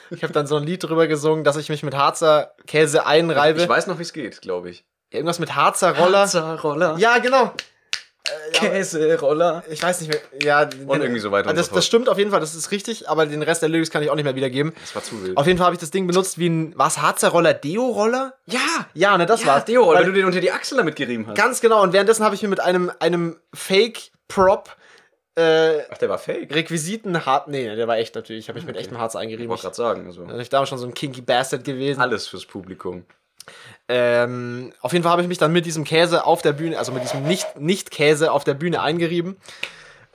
[SPEAKER 1] Ich habe dann so ein Lied drüber gesungen, dass ich mich mit Harzer Käse einreibe.
[SPEAKER 2] Ich weiß noch, wie es geht, glaube ich.
[SPEAKER 1] Irgendwas mit Harzer Roller.
[SPEAKER 2] Roller.
[SPEAKER 1] Ja, genau.
[SPEAKER 2] Käseroller.
[SPEAKER 1] Ich weiß nicht mehr. Ja,
[SPEAKER 2] Und irgendwie so weiter und
[SPEAKER 1] das,
[SPEAKER 2] so fort.
[SPEAKER 1] das stimmt auf jeden Fall, das ist richtig, aber den Rest der Lyrics kann ich auch nicht mehr wiedergeben.
[SPEAKER 2] Das war zu wild.
[SPEAKER 1] Auf jeden Fall habe ich das Ding benutzt wie ein, was, Harzer Roller, Deo-Roller?
[SPEAKER 2] ja!
[SPEAKER 1] Ja, ne, das
[SPEAKER 2] Ja,
[SPEAKER 1] war's.
[SPEAKER 2] Deo, weil
[SPEAKER 1] Weil-
[SPEAKER 2] du den unter die Achsel damit gerieben hast.
[SPEAKER 1] Ganz genau, und währenddessen habe ich mir mit einem, einem Fake-Prop äh,
[SPEAKER 2] Ach, der war fake.
[SPEAKER 1] Requisiten hart. Nee, der war echt natürlich. Ich habe mich mit echtem Harz
[SPEAKER 2] Ich
[SPEAKER 1] eingerieben.
[SPEAKER 2] wollte
[SPEAKER 1] Ich,
[SPEAKER 2] gerade sagen. Also.
[SPEAKER 1] ich damals schon so ein kinky Bastard gewesen.
[SPEAKER 2] Alles fürs Publikum.
[SPEAKER 1] Ähm, auf jeden Fall habe ich mich dann mit diesem Käse auf der Bühne, also mit diesem Nicht- Nicht-Käse auf der Bühne eingerieben.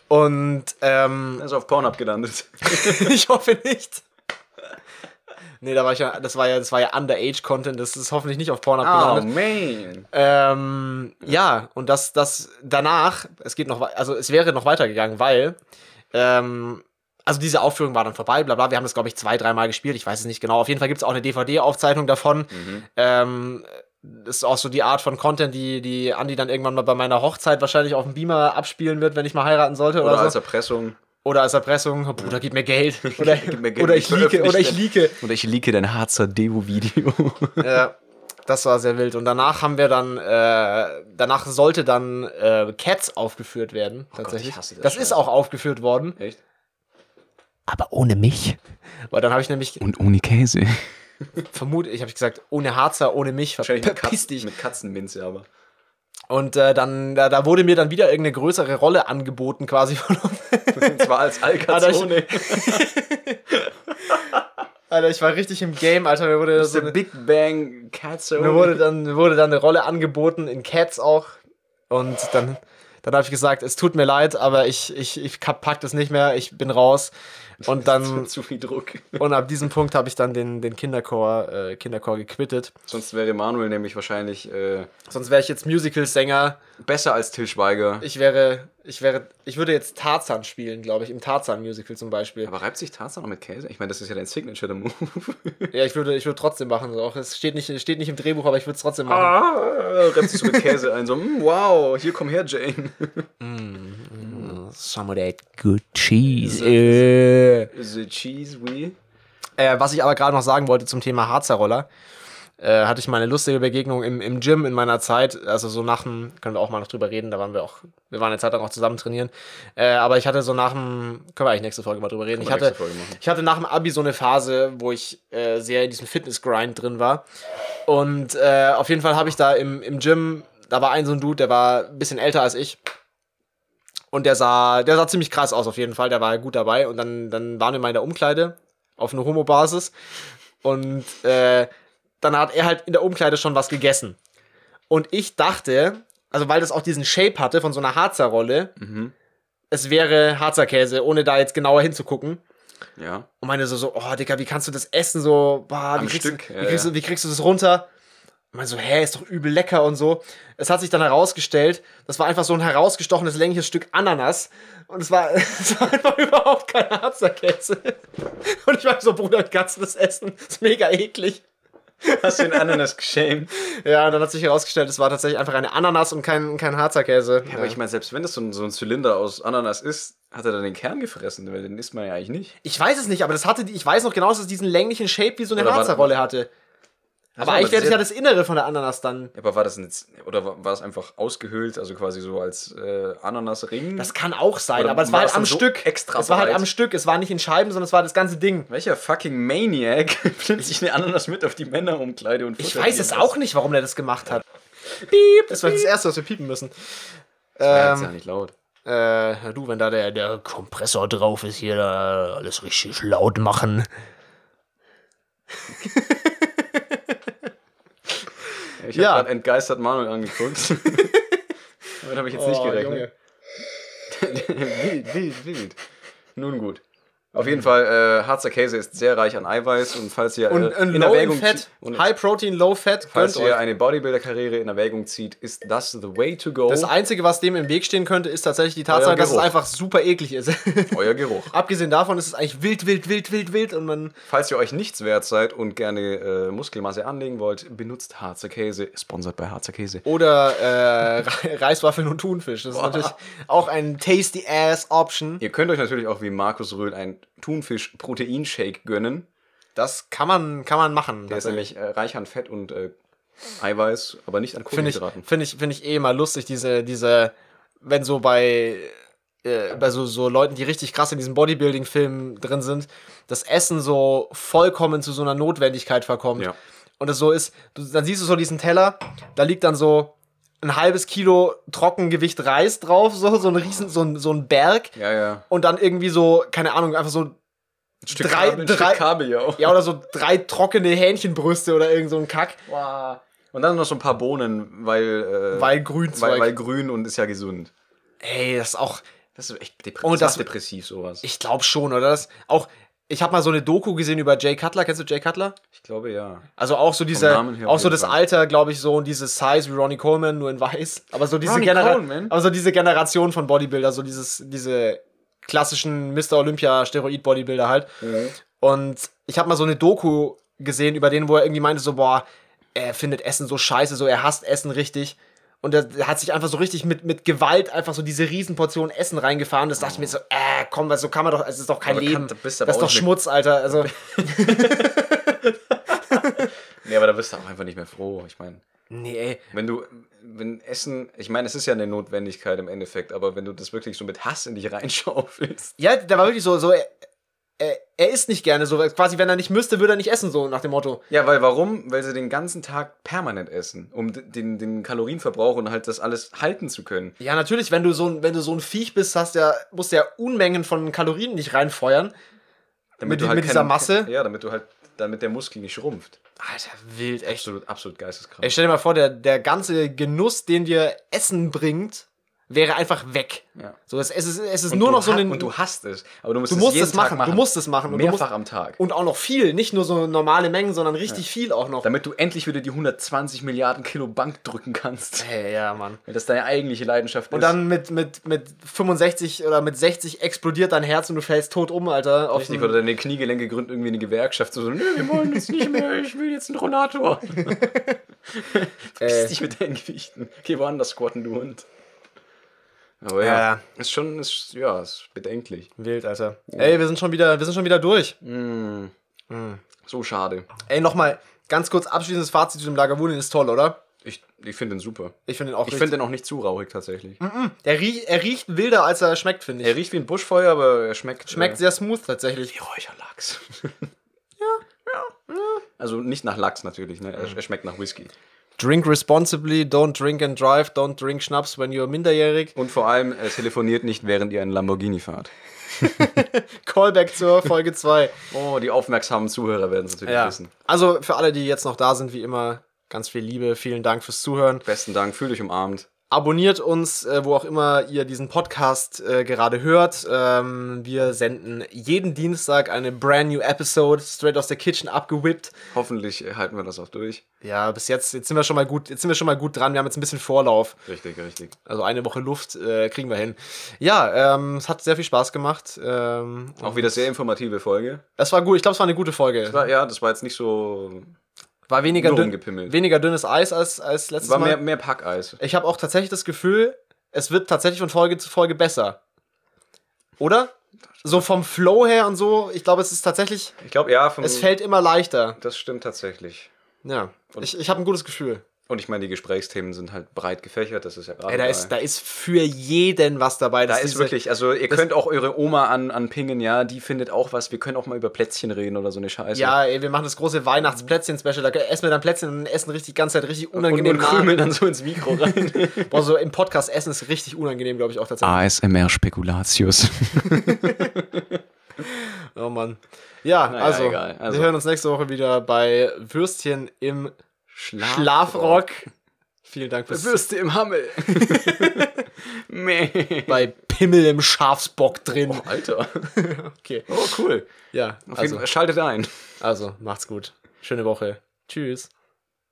[SPEAKER 1] Und ähm,
[SPEAKER 2] Er ist auf Pornhub gelandet.
[SPEAKER 1] ich hoffe nicht. Nee, da war ich ja, das war ja, das war ja Underage-Content, das ist hoffentlich nicht auf Pornhub
[SPEAKER 2] Ah, Genau.
[SPEAKER 1] gelandet.
[SPEAKER 2] man.
[SPEAKER 1] Ähm, ja, und das, das danach, es geht noch, wei- also es wäre noch weitergegangen, weil, ähm, also diese Aufführung war dann vorbei, bla bla. Wir haben das, glaube ich, zwei, dreimal gespielt, ich weiß es nicht genau. Auf jeden Fall gibt es auch eine DVD-Aufzeichnung davon.
[SPEAKER 2] Mhm.
[SPEAKER 1] Ähm, das ist auch so die Art von Content, die, die Andi dann irgendwann mal bei meiner Hochzeit wahrscheinlich auf dem Beamer abspielen wird, wenn ich mal heiraten sollte oder,
[SPEAKER 2] Oder als
[SPEAKER 1] so.
[SPEAKER 2] Erpressung.
[SPEAKER 1] Oder als Erpressung, oh, Bruder, gib mir Geld. Oder,
[SPEAKER 2] mir Geld,
[SPEAKER 1] oder
[SPEAKER 2] ich
[SPEAKER 1] ich liege, oder ich
[SPEAKER 2] veröffentliche-
[SPEAKER 1] liege.
[SPEAKER 2] Und ich leake dein Harzer Deo-Video.
[SPEAKER 1] Ja, Äh, das war sehr wild. Und danach haben wir dann, äh, danach sollte dann äh, Cats aufgeführt werden. Tatsächlich.
[SPEAKER 2] ich hasse das
[SPEAKER 1] das
[SPEAKER 2] schon.
[SPEAKER 1] ist auch aufgeführt worden.
[SPEAKER 2] Echt?
[SPEAKER 1] Aber ohne mich. Weil dann habe ich nämlich
[SPEAKER 3] und ohne Käse.
[SPEAKER 1] vermutet, ich habe gesagt, ohne Harzer, ohne mich,
[SPEAKER 2] Wahrscheinlich mit,
[SPEAKER 1] verpiss
[SPEAKER 2] Katzen,
[SPEAKER 1] dich.
[SPEAKER 2] mit Katzenminze, aber.
[SPEAKER 1] Und äh, dann, da, da wurde mir dann wieder irgendeine größere Rolle angeboten quasi von
[SPEAKER 2] Und zwar als Alcazone.
[SPEAKER 1] Alter, ich war richtig im Game, Alter. Mir wurde, so
[SPEAKER 2] The
[SPEAKER 1] eine, Oh.
[SPEAKER 2] Big Bang Cats
[SPEAKER 1] Also mir wurde, dann, mir wurde dann eine Rolle angeboten, in Cats auch. Und dann, dann habe ich gesagt, es tut mir leid, aber ich, ich, ich ka- pack das nicht mehr, ich bin raus. Und dann,
[SPEAKER 2] zu viel Druck.
[SPEAKER 1] und ab diesem Punkt habe ich dann den, den Kinderchor, äh, Kinderchor gequittet.
[SPEAKER 2] Sonst wäre Manuel nämlich wahrscheinlich äh,
[SPEAKER 1] Sonst wäre ich jetzt Musical-Sänger.
[SPEAKER 2] besser als Till Schweiger.
[SPEAKER 1] Ich wäre, ich wäre, ich würde jetzt Tarzan spielen, glaube ich, im Tarzan-Musical zum Beispiel.
[SPEAKER 2] Aber reibt sich Tarzan noch mit Käse? Ich meine, das ist ja dein Signature-Move.
[SPEAKER 1] Ja, ich würde, ich würde trotzdem machen. So. Auch es steht nicht, steht nicht im Drehbuch, aber ich würde es trotzdem machen.
[SPEAKER 2] ah, reibt sich so mit Käse ein. So, mm, wow, hier komm her, Jane.
[SPEAKER 1] Some of that good cheese.
[SPEAKER 2] The cheese we.
[SPEAKER 1] Äh, was ich aber gerade noch sagen wollte zum Thema Harzer Roller, äh, hatte ich mal eine lustige Begegnung im, im Gym in meiner Zeit. Also so nach dem, können wir auch mal noch drüber reden, da waren wir auch, wir waren eine Zeit lang auch zusammen trainieren. Äh, aber ich hatte so nach dem, können wir eigentlich nächste Folge mal drüber reden. Ich
[SPEAKER 2] wir
[SPEAKER 1] hatte,
[SPEAKER 2] nächste Folge machen.
[SPEAKER 1] ich hatte nach dem Abi so eine Phase, wo ich äh, sehr in diesem Fitness-Grind drin war. Und äh, auf jeden Fall habe ich da im, im Gym, da war ein so ein Dude, der war ein bisschen älter als ich. Und der sah, der sah ziemlich krass aus, auf jeden Fall. Der war gut dabei. Und dann, dann waren wir mal in der Umkleide auf einer Homo-Basis. Und äh, dann hat er halt in der Umkleide schon was gegessen. Und ich dachte, also weil das auch diesen Shape hatte von so einer Harzer Rolle,
[SPEAKER 2] Mhm.
[SPEAKER 1] es wäre Harzer Käse, ohne da jetzt genauer hinzugucken.
[SPEAKER 2] Ja.
[SPEAKER 1] Und meine so, so, oh, Digga, wie kannst du das essen? So, boah, wie,
[SPEAKER 2] Am
[SPEAKER 1] kriegst,
[SPEAKER 2] Stück,
[SPEAKER 1] du,
[SPEAKER 2] ja,
[SPEAKER 1] wie, kriegst,
[SPEAKER 2] ja.
[SPEAKER 1] du, wie kriegst du das runter? Und meine so, hä, ist doch übel lecker und so. Es hat sich dann herausgestellt, das war einfach so ein herausgestochenes, längliches Stück Ananas. Und es war, es war einfach überhaupt kein Harzer Käse. Und ich war so, Bruder, wie kannst du das essen? Das ist mega eklig.
[SPEAKER 2] Hast du den Ananas geschämt?
[SPEAKER 1] Ja, und dann hat sich herausgestellt, es war tatsächlich einfach eine Ananas und kein, kein Harzer Käse.
[SPEAKER 2] Ja, aber ich meine, selbst wenn das so ein, so ein Zylinder aus Ananas ist, hat er dann den Kern gefressen, weil den isst man ja eigentlich nicht.
[SPEAKER 1] Ich weiß es nicht, aber das hatte, die- ich weiß noch genau, dass es diesen länglichen Shape wie so eine
[SPEAKER 2] Oder war-
[SPEAKER 1] Harzer Rolle hatte. Aber eigentlich wäre das ja
[SPEAKER 2] sehr-
[SPEAKER 1] das Innere von der Ananas dann.
[SPEAKER 2] Also, Ja, Aber war das ein, Z- oder war war das einfach ausgehöhlt, also quasi so als äh, Ananasring?
[SPEAKER 1] Das kann auch sein,
[SPEAKER 2] Oder
[SPEAKER 1] aber es
[SPEAKER 2] war
[SPEAKER 1] war halt
[SPEAKER 2] das
[SPEAKER 1] am
[SPEAKER 2] dann so
[SPEAKER 1] Stück.
[SPEAKER 2] extra
[SPEAKER 1] es war halt
[SPEAKER 2] breit?
[SPEAKER 1] am Stück, es war nicht in Scheiben, sondern es war das ganze Ding.
[SPEAKER 2] Welcher fucking Maniac nimmt sich eine Ananas mit auf die Männerumkleide und
[SPEAKER 1] Ich
[SPEAKER 2] futtert
[SPEAKER 1] weiß
[SPEAKER 2] die
[SPEAKER 1] es
[SPEAKER 2] was?
[SPEAKER 1] auch nicht, warum der das gemacht hat. Piep, das war das Erste, was wir piepen müssen.
[SPEAKER 2] Ja, ist ja
[SPEAKER 1] Ähm,
[SPEAKER 2] nicht laut.
[SPEAKER 1] äh, hör du, wenn da der, der Kompressor drauf ist, hier da alles richtig laut machen.
[SPEAKER 2] Ich
[SPEAKER 1] ja.
[SPEAKER 2] habe gerade entgeistert Manuel angeguckt. Damit habe ich jetzt
[SPEAKER 1] Oh,
[SPEAKER 2] nicht gerechnet.
[SPEAKER 1] Äh,
[SPEAKER 2] wild, wild, wild. Nun gut. Auf jeden Fall, äh, Harzer Käse ist sehr reich an Eiweiß und falls ihr äh,
[SPEAKER 1] Und, und low in Fat,
[SPEAKER 2] zieht- und
[SPEAKER 1] High Protein, Low Fat,
[SPEAKER 2] falls
[SPEAKER 1] gönnt euch.
[SPEAKER 2] ihr eine Bodybuilder-Karriere in Erwägung zieht, ist das the way to go.
[SPEAKER 1] Das Einzige, was dem im Weg stehen könnte, ist tatsächlich die Tatsache,
[SPEAKER 2] Euer
[SPEAKER 1] dass es
[SPEAKER 2] Geruch.
[SPEAKER 1] einfach super eklig ist.
[SPEAKER 2] Euer Geruch.
[SPEAKER 1] Abgesehen davon ist es eigentlich wild, wild, wild, wild, wild und man
[SPEAKER 2] Falls ihr euch nichts wert seid und gerne äh, Muskelmasse anlegen wollt, benutzt Harzer Käse. Sponsert bei Harzer Käse.
[SPEAKER 1] Oder äh, Re- Reiswaffeln und Thunfisch. Das ist natürlich auch ein tasty ass Option.
[SPEAKER 2] Ihr könnt euch natürlich auch wie Markus Röhl einen Thunfisch-Proteinshake gönnen.
[SPEAKER 1] Das kann man, kann man machen. Also,
[SPEAKER 2] Der ist nämlich äh, reich an Fett und äh, Eiweiß, aber nicht an
[SPEAKER 1] Finde ich,
[SPEAKER 2] Kohlenhydraten.
[SPEAKER 1] find ich, find ich eh immer lustig, diese, diese, wenn so bei, äh, bei so, so Leuten, die richtig krass in diesen Bodybuilding-Filmen drin sind, das Essen so vollkommen zu so einer Notwendigkeit verkommt.
[SPEAKER 2] Ja.
[SPEAKER 1] Und es so ist, du, dann siehst du so diesen Teller, da liegt dann so ein halbes Kilo Trockengewicht Reis drauf, so, so ein riesen, so ein, so ein Berg.
[SPEAKER 2] Ja, ja.
[SPEAKER 1] und dann irgendwie so, keine Ahnung, einfach so,
[SPEAKER 2] Ein Stück
[SPEAKER 1] Drei-
[SPEAKER 2] Kabel, ein Stück
[SPEAKER 1] drei-
[SPEAKER 2] Kabel ja auch.
[SPEAKER 1] ja, oder so drei trockene Hähnchenbrüste oder irgend so ein Kack,
[SPEAKER 2] Und dann noch so ein paar Bohnen, weil, äh,
[SPEAKER 1] weil Grünzeug.
[SPEAKER 2] weil, weil grün und ist ja gesund.
[SPEAKER 1] Ey, das ist auch,
[SPEAKER 2] Das ist echt depre
[SPEAKER 1] Und
[SPEAKER 2] Oh, das
[SPEAKER 1] das-
[SPEAKER 2] macht depressiv, sowas. Ich,
[SPEAKER 1] ich glaube schon, oder? Das auch, ich habe mal so eine Doku gesehen über Jay Cutler, kennst du Jay Cutler?
[SPEAKER 2] glaube ja.
[SPEAKER 1] Also auch so diese,
[SPEAKER 2] Namen her auf
[SPEAKER 1] auch so
[SPEAKER 2] jeden
[SPEAKER 1] das
[SPEAKER 2] Fall.
[SPEAKER 1] Alter, glaube ich, so und dieses Size wie Ronnie Coleman, nur in weiß. Aber so diese,
[SPEAKER 2] Ronnie
[SPEAKER 1] Genera
[SPEAKER 2] Coleman?
[SPEAKER 1] aber so diese Generation von Bodybuilder, so dieses, diese klassischen Mr. Olympia Steroid Bodybuilder halt. Und ich habe mal so eine Doku gesehen über den, wo er irgendwie meinte so, boah, er findet Essen so scheiße, so er hasst Essen richtig. Und er er hat sich einfach so richtig mit, mit Gewalt einfach so diese Riesenportion Essen reingefahren. Das dachte ich mir so, äh, komm, weil so kann man doch, es ist doch kein
[SPEAKER 2] Aber kann-
[SPEAKER 1] Leben.
[SPEAKER 2] da bist du aber
[SPEAKER 1] das ist
[SPEAKER 2] auch
[SPEAKER 1] doch
[SPEAKER 2] nicht-
[SPEAKER 1] Schmutz, Alter. Also,
[SPEAKER 2] Nee, aber da bist du auch einfach nicht mehr froh. Ich meine,
[SPEAKER 1] nee, ey.
[SPEAKER 2] wenn du, wenn Essen, ich meine, es ist ja eine Notwendigkeit im Endeffekt, aber wenn du das wirklich so mit Hass in dich reinschaufelst.
[SPEAKER 1] Ja, der war wirklich so, so er, er, er isst nicht gerne, so quasi, wenn er nicht müsste, würde er nicht essen, so nach dem Motto.
[SPEAKER 2] Ja, weil warum? Weil sie den ganzen Tag permanent essen, um d- den, den Kalorienverbrauch und halt das alles halten zu können.
[SPEAKER 1] Ja, natürlich, wenn du so ein, wenn du so ein Viech bist, hast ja, musst du ja Unmengen von Kalorien nicht reinfeuern.
[SPEAKER 2] Damit
[SPEAKER 1] Mit- mit dieser
[SPEAKER 2] keinen-
[SPEAKER 1] Masse?
[SPEAKER 2] Ja, damit du halt damit der Muskel nicht schrumpft.
[SPEAKER 1] Alter, wild, echt.
[SPEAKER 2] Absolut, absolut geisteskrank.
[SPEAKER 1] Ey, stell dir mal vor, der, der ganze Genuss, den dir Essen bringt, wäre einfach weg.
[SPEAKER 2] Ja.
[SPEAKER 1] So, es, es ist, es ist
[SPEAKER 2] Und
[SPEAKER 1] nur
[SPEAKER 2] du
[SPEAKER 1] noch so
[SPEAKER 2] ha-
[SPEAKER 1] ein.
[SPEAKER 2] Und du hast es. Aber du musst,
[SPEAKER 1] du musst
[SPEAKER 2] jeden
[SPEAKER 1] es
[SPEAKER 2] Tag
[SPEAKER 1] machen, du musst es machen. Und, du musst,
[SPEAKER 2] Mehrfach am Tag.
[SPEAKER 1] und auch noch viel, nicht nur so normale Mengen, sondern richtig viel auch noch.
[SPEAKER 2] Damit du endlich wieder die 120 Milliarden Kilo Bank drücken kannst.
[SPEAKER 1] Hey, ja, Mann.
[SPEAKER 2] Weil das deine eigentliche Leidenschaft
[SPEAKER 1] Und
[SPEAKER 2] ist.
[SPEAKER 1] dann mit, mit, mit 65 oder mit 60 explodiert dein Herz und du fällst tot um, Alter. Auf
[SPEAKER 2] Richtig,
[SPEAKER 1] den-
[SPEAKER 2] oder deine Kniegelenke gründen irgendwie eine Gewerkschaft. So, so nö, wir wollen jetzt nicht mehr, ich will jetzt einen Rollator. Verpiss
[SPEAKER 1] Äh.
[SPEAKER 2] dich mit deinen Gewichten. Geh woanders squatten, du Hund. Aber ja,
[SPEAKER 1] Ja.
[SPEAKER 2] ist schon, ist, ja, ist bedenklich.
[SPEAKER 1] Wild, Alter. Ey, wir sind schon wieder, wir sind schon wieder durch.
[SPEAKER 2] So schade.
[SPEAKER 1] Ey, nochmal ganz kurz abschließendes Fazit zu dem Lagavulin ist toll, oder?
[SPEAKER 2] Ich, ich finde den super.
[SPEAKER 1] Ich finde ihn auch
[SPEAKER 2] Ich
[SPEAKER 1] richtig- Mhm.
[SPEAKER 2] finde den auch nicht zu rauchig tatsächlich.
[SPEAKER 1] der riech, er riecht wilder, als er schmeckt, finde ich.
[SPEAKER 2] Er riecht wie ein Buschfeuer, aber er schmeckt. äh,
[SPEAKER 1] schmeckt sehr smooth tatsächlich.
[SPEAKER 2] wie Räucherlachs. ja, ja. Also nicht nach Lachs natürlich, ne? Er, er schmeckt nach Whisky.
[SPEAKER 1] Drink responsibly, don't drink and drive, don't drink Schnaps when you're minderjährig.
[SPEAKER 2] Und vor allem, er telefoniert nicht, während ihr einen Lamborghini fahrt.
[SPEAKER 1] Callback zur Folge 2.
[SPEAKER 2] Oh, die aufmerksamen Zuhörer werden es natürlich
[SPEAKER 1] ja.
[SPEAKER 2] wissen.
[SPEAKER 1] Also für alle, die jetzt noch da sind, wie immer, ganz viel Liebe, vielen Dank fürs Zuhören.
[SPEAKER 2] Besten Dank, fühl dich umarmt.
[SPEAKER 1] Abonniert uns, äh, wo auch immer ihr diesen Podcast äh, gerade hört. Ähm, wir senden jeden Dienstag eine brand new Episode, straight aus der Kitchen abgewippt.
[SPEAKER 2] Hoffentlich äh, halten wir das auch durch.
[SPEAKER 1] Ja, bis jetzt, jetzt sind wir schon mal gut, jetzt sind wir schon mal gut dran. Wir haben jetzt ein bisschen Vorlauf.
[SPEAKER 2] Richtig, richtig.
[SPEAKER 1] Also eine Woche Luft äh, kriegen wir hin. Ja, ähm, es hat sehr viel Spaß gemacht. Ähm,
[SPEAKER 2] Auch wieder sehr informative Folge.
[SPEAKER 1] es war gut, ich glaube, es war eine gute Folge. War,
[SPEAKER 2] War, ja, das war jetzt nicht so.
[SPEAKER 1] weniger,
[SPEAKER 2] nur
[SPEAKER 1] dünn,
[SPEAKER 2] rumgepimmelt.
[SPEAKER 1] weniger dünnes Eis als, als letztes
[SPEAKER 2] War
[SPEAKER 1] Mal.
[SPEAKER 2] mehr, mehr Packeis.
[SPEAKER 1] Ich habe auch tatsächlich das Gefühl, es wird tatsächlich von Folge zu Folge besser. Oder? So vom Flow her und so, ich glaube, es ist tatsächlich,
[SPEAKER 2] Ich glaube, ja, vom,
[SPEAKER 1] es fällt immer leichter.
[SPEAKER 2] das stimmt tatsächlich.
[SPEAKER 1] Ja, ich, ich habe ein gutes Gefühl.
[SPEAKER 2] Und ich meine, die Gesprächsthemen sind halt breit gefächert, das ist ja gerade.
[SPEAKER 1] Ey, da ist, da ist für jeden was dabei.
[SPEAKER 2] Da
[SPEAKER 1] Das
[SPEAKER 2] ist
[SPEAKER 1] diese-
[SPEAKER 2] wirklich, also ihr könnt auch eure Oma an, anpingen, ja, die findet auch was. Wir können auch mal über Plätzchen reden oder so eine Scheiße.
[SPEAKER 1] Ja, ey, wir machen das große Weihnachtsplätzchen-Special. Da essen wir dann Plätzchen und essen richtig ganze Zeit richtig
[SPEAKER 2] und,
[SPEAKER 1] unangenehm.
[SPEAKER 2] und
[SPEAKER 1] nach.
[SPEAKER 2] krümeln dann so ins Mikro rein.
[SPEAKER 1] Boah, so im Podcast essen ist richtig unangenehm, glaube ich, auch
[SPEAKER 2] Ah.
[SPEAKER 1] tatsächlich.
[SPEAKER 2] ASMR Spekulatius.
[SPEAKER 1] Oh Mann. Ja,
[SPEAKER 2] Naja,
[SPEAKER 1] also,
[SPEAKER 2] egal. Also-
[SPEAKER 1] wir hören uns nächste Woche wieder bei Würstchen im
[SPEAKER 2] Schlaf
[SPEAKER 1] Schlafrock. Vielen Dank fürs
[SPEAKER 2] Würste im Hammel. Meh.
[SPEAKER 1] bei Pimmel im Schafsbock drin.
[SPEAKER 2] Oh, Alter.
[SPEAKER 1] Okay.
[SPEAKER 2] Oh, cool.
[SPEAKER 1] Ja,
[SPEAKER 2] Auf jeden
[SPEAKER 1] also,
[SPEAKER 2] Fall, schaltet ein.
[SPEAKER 1] also macht's gut. Schöne Woche. Tschüss.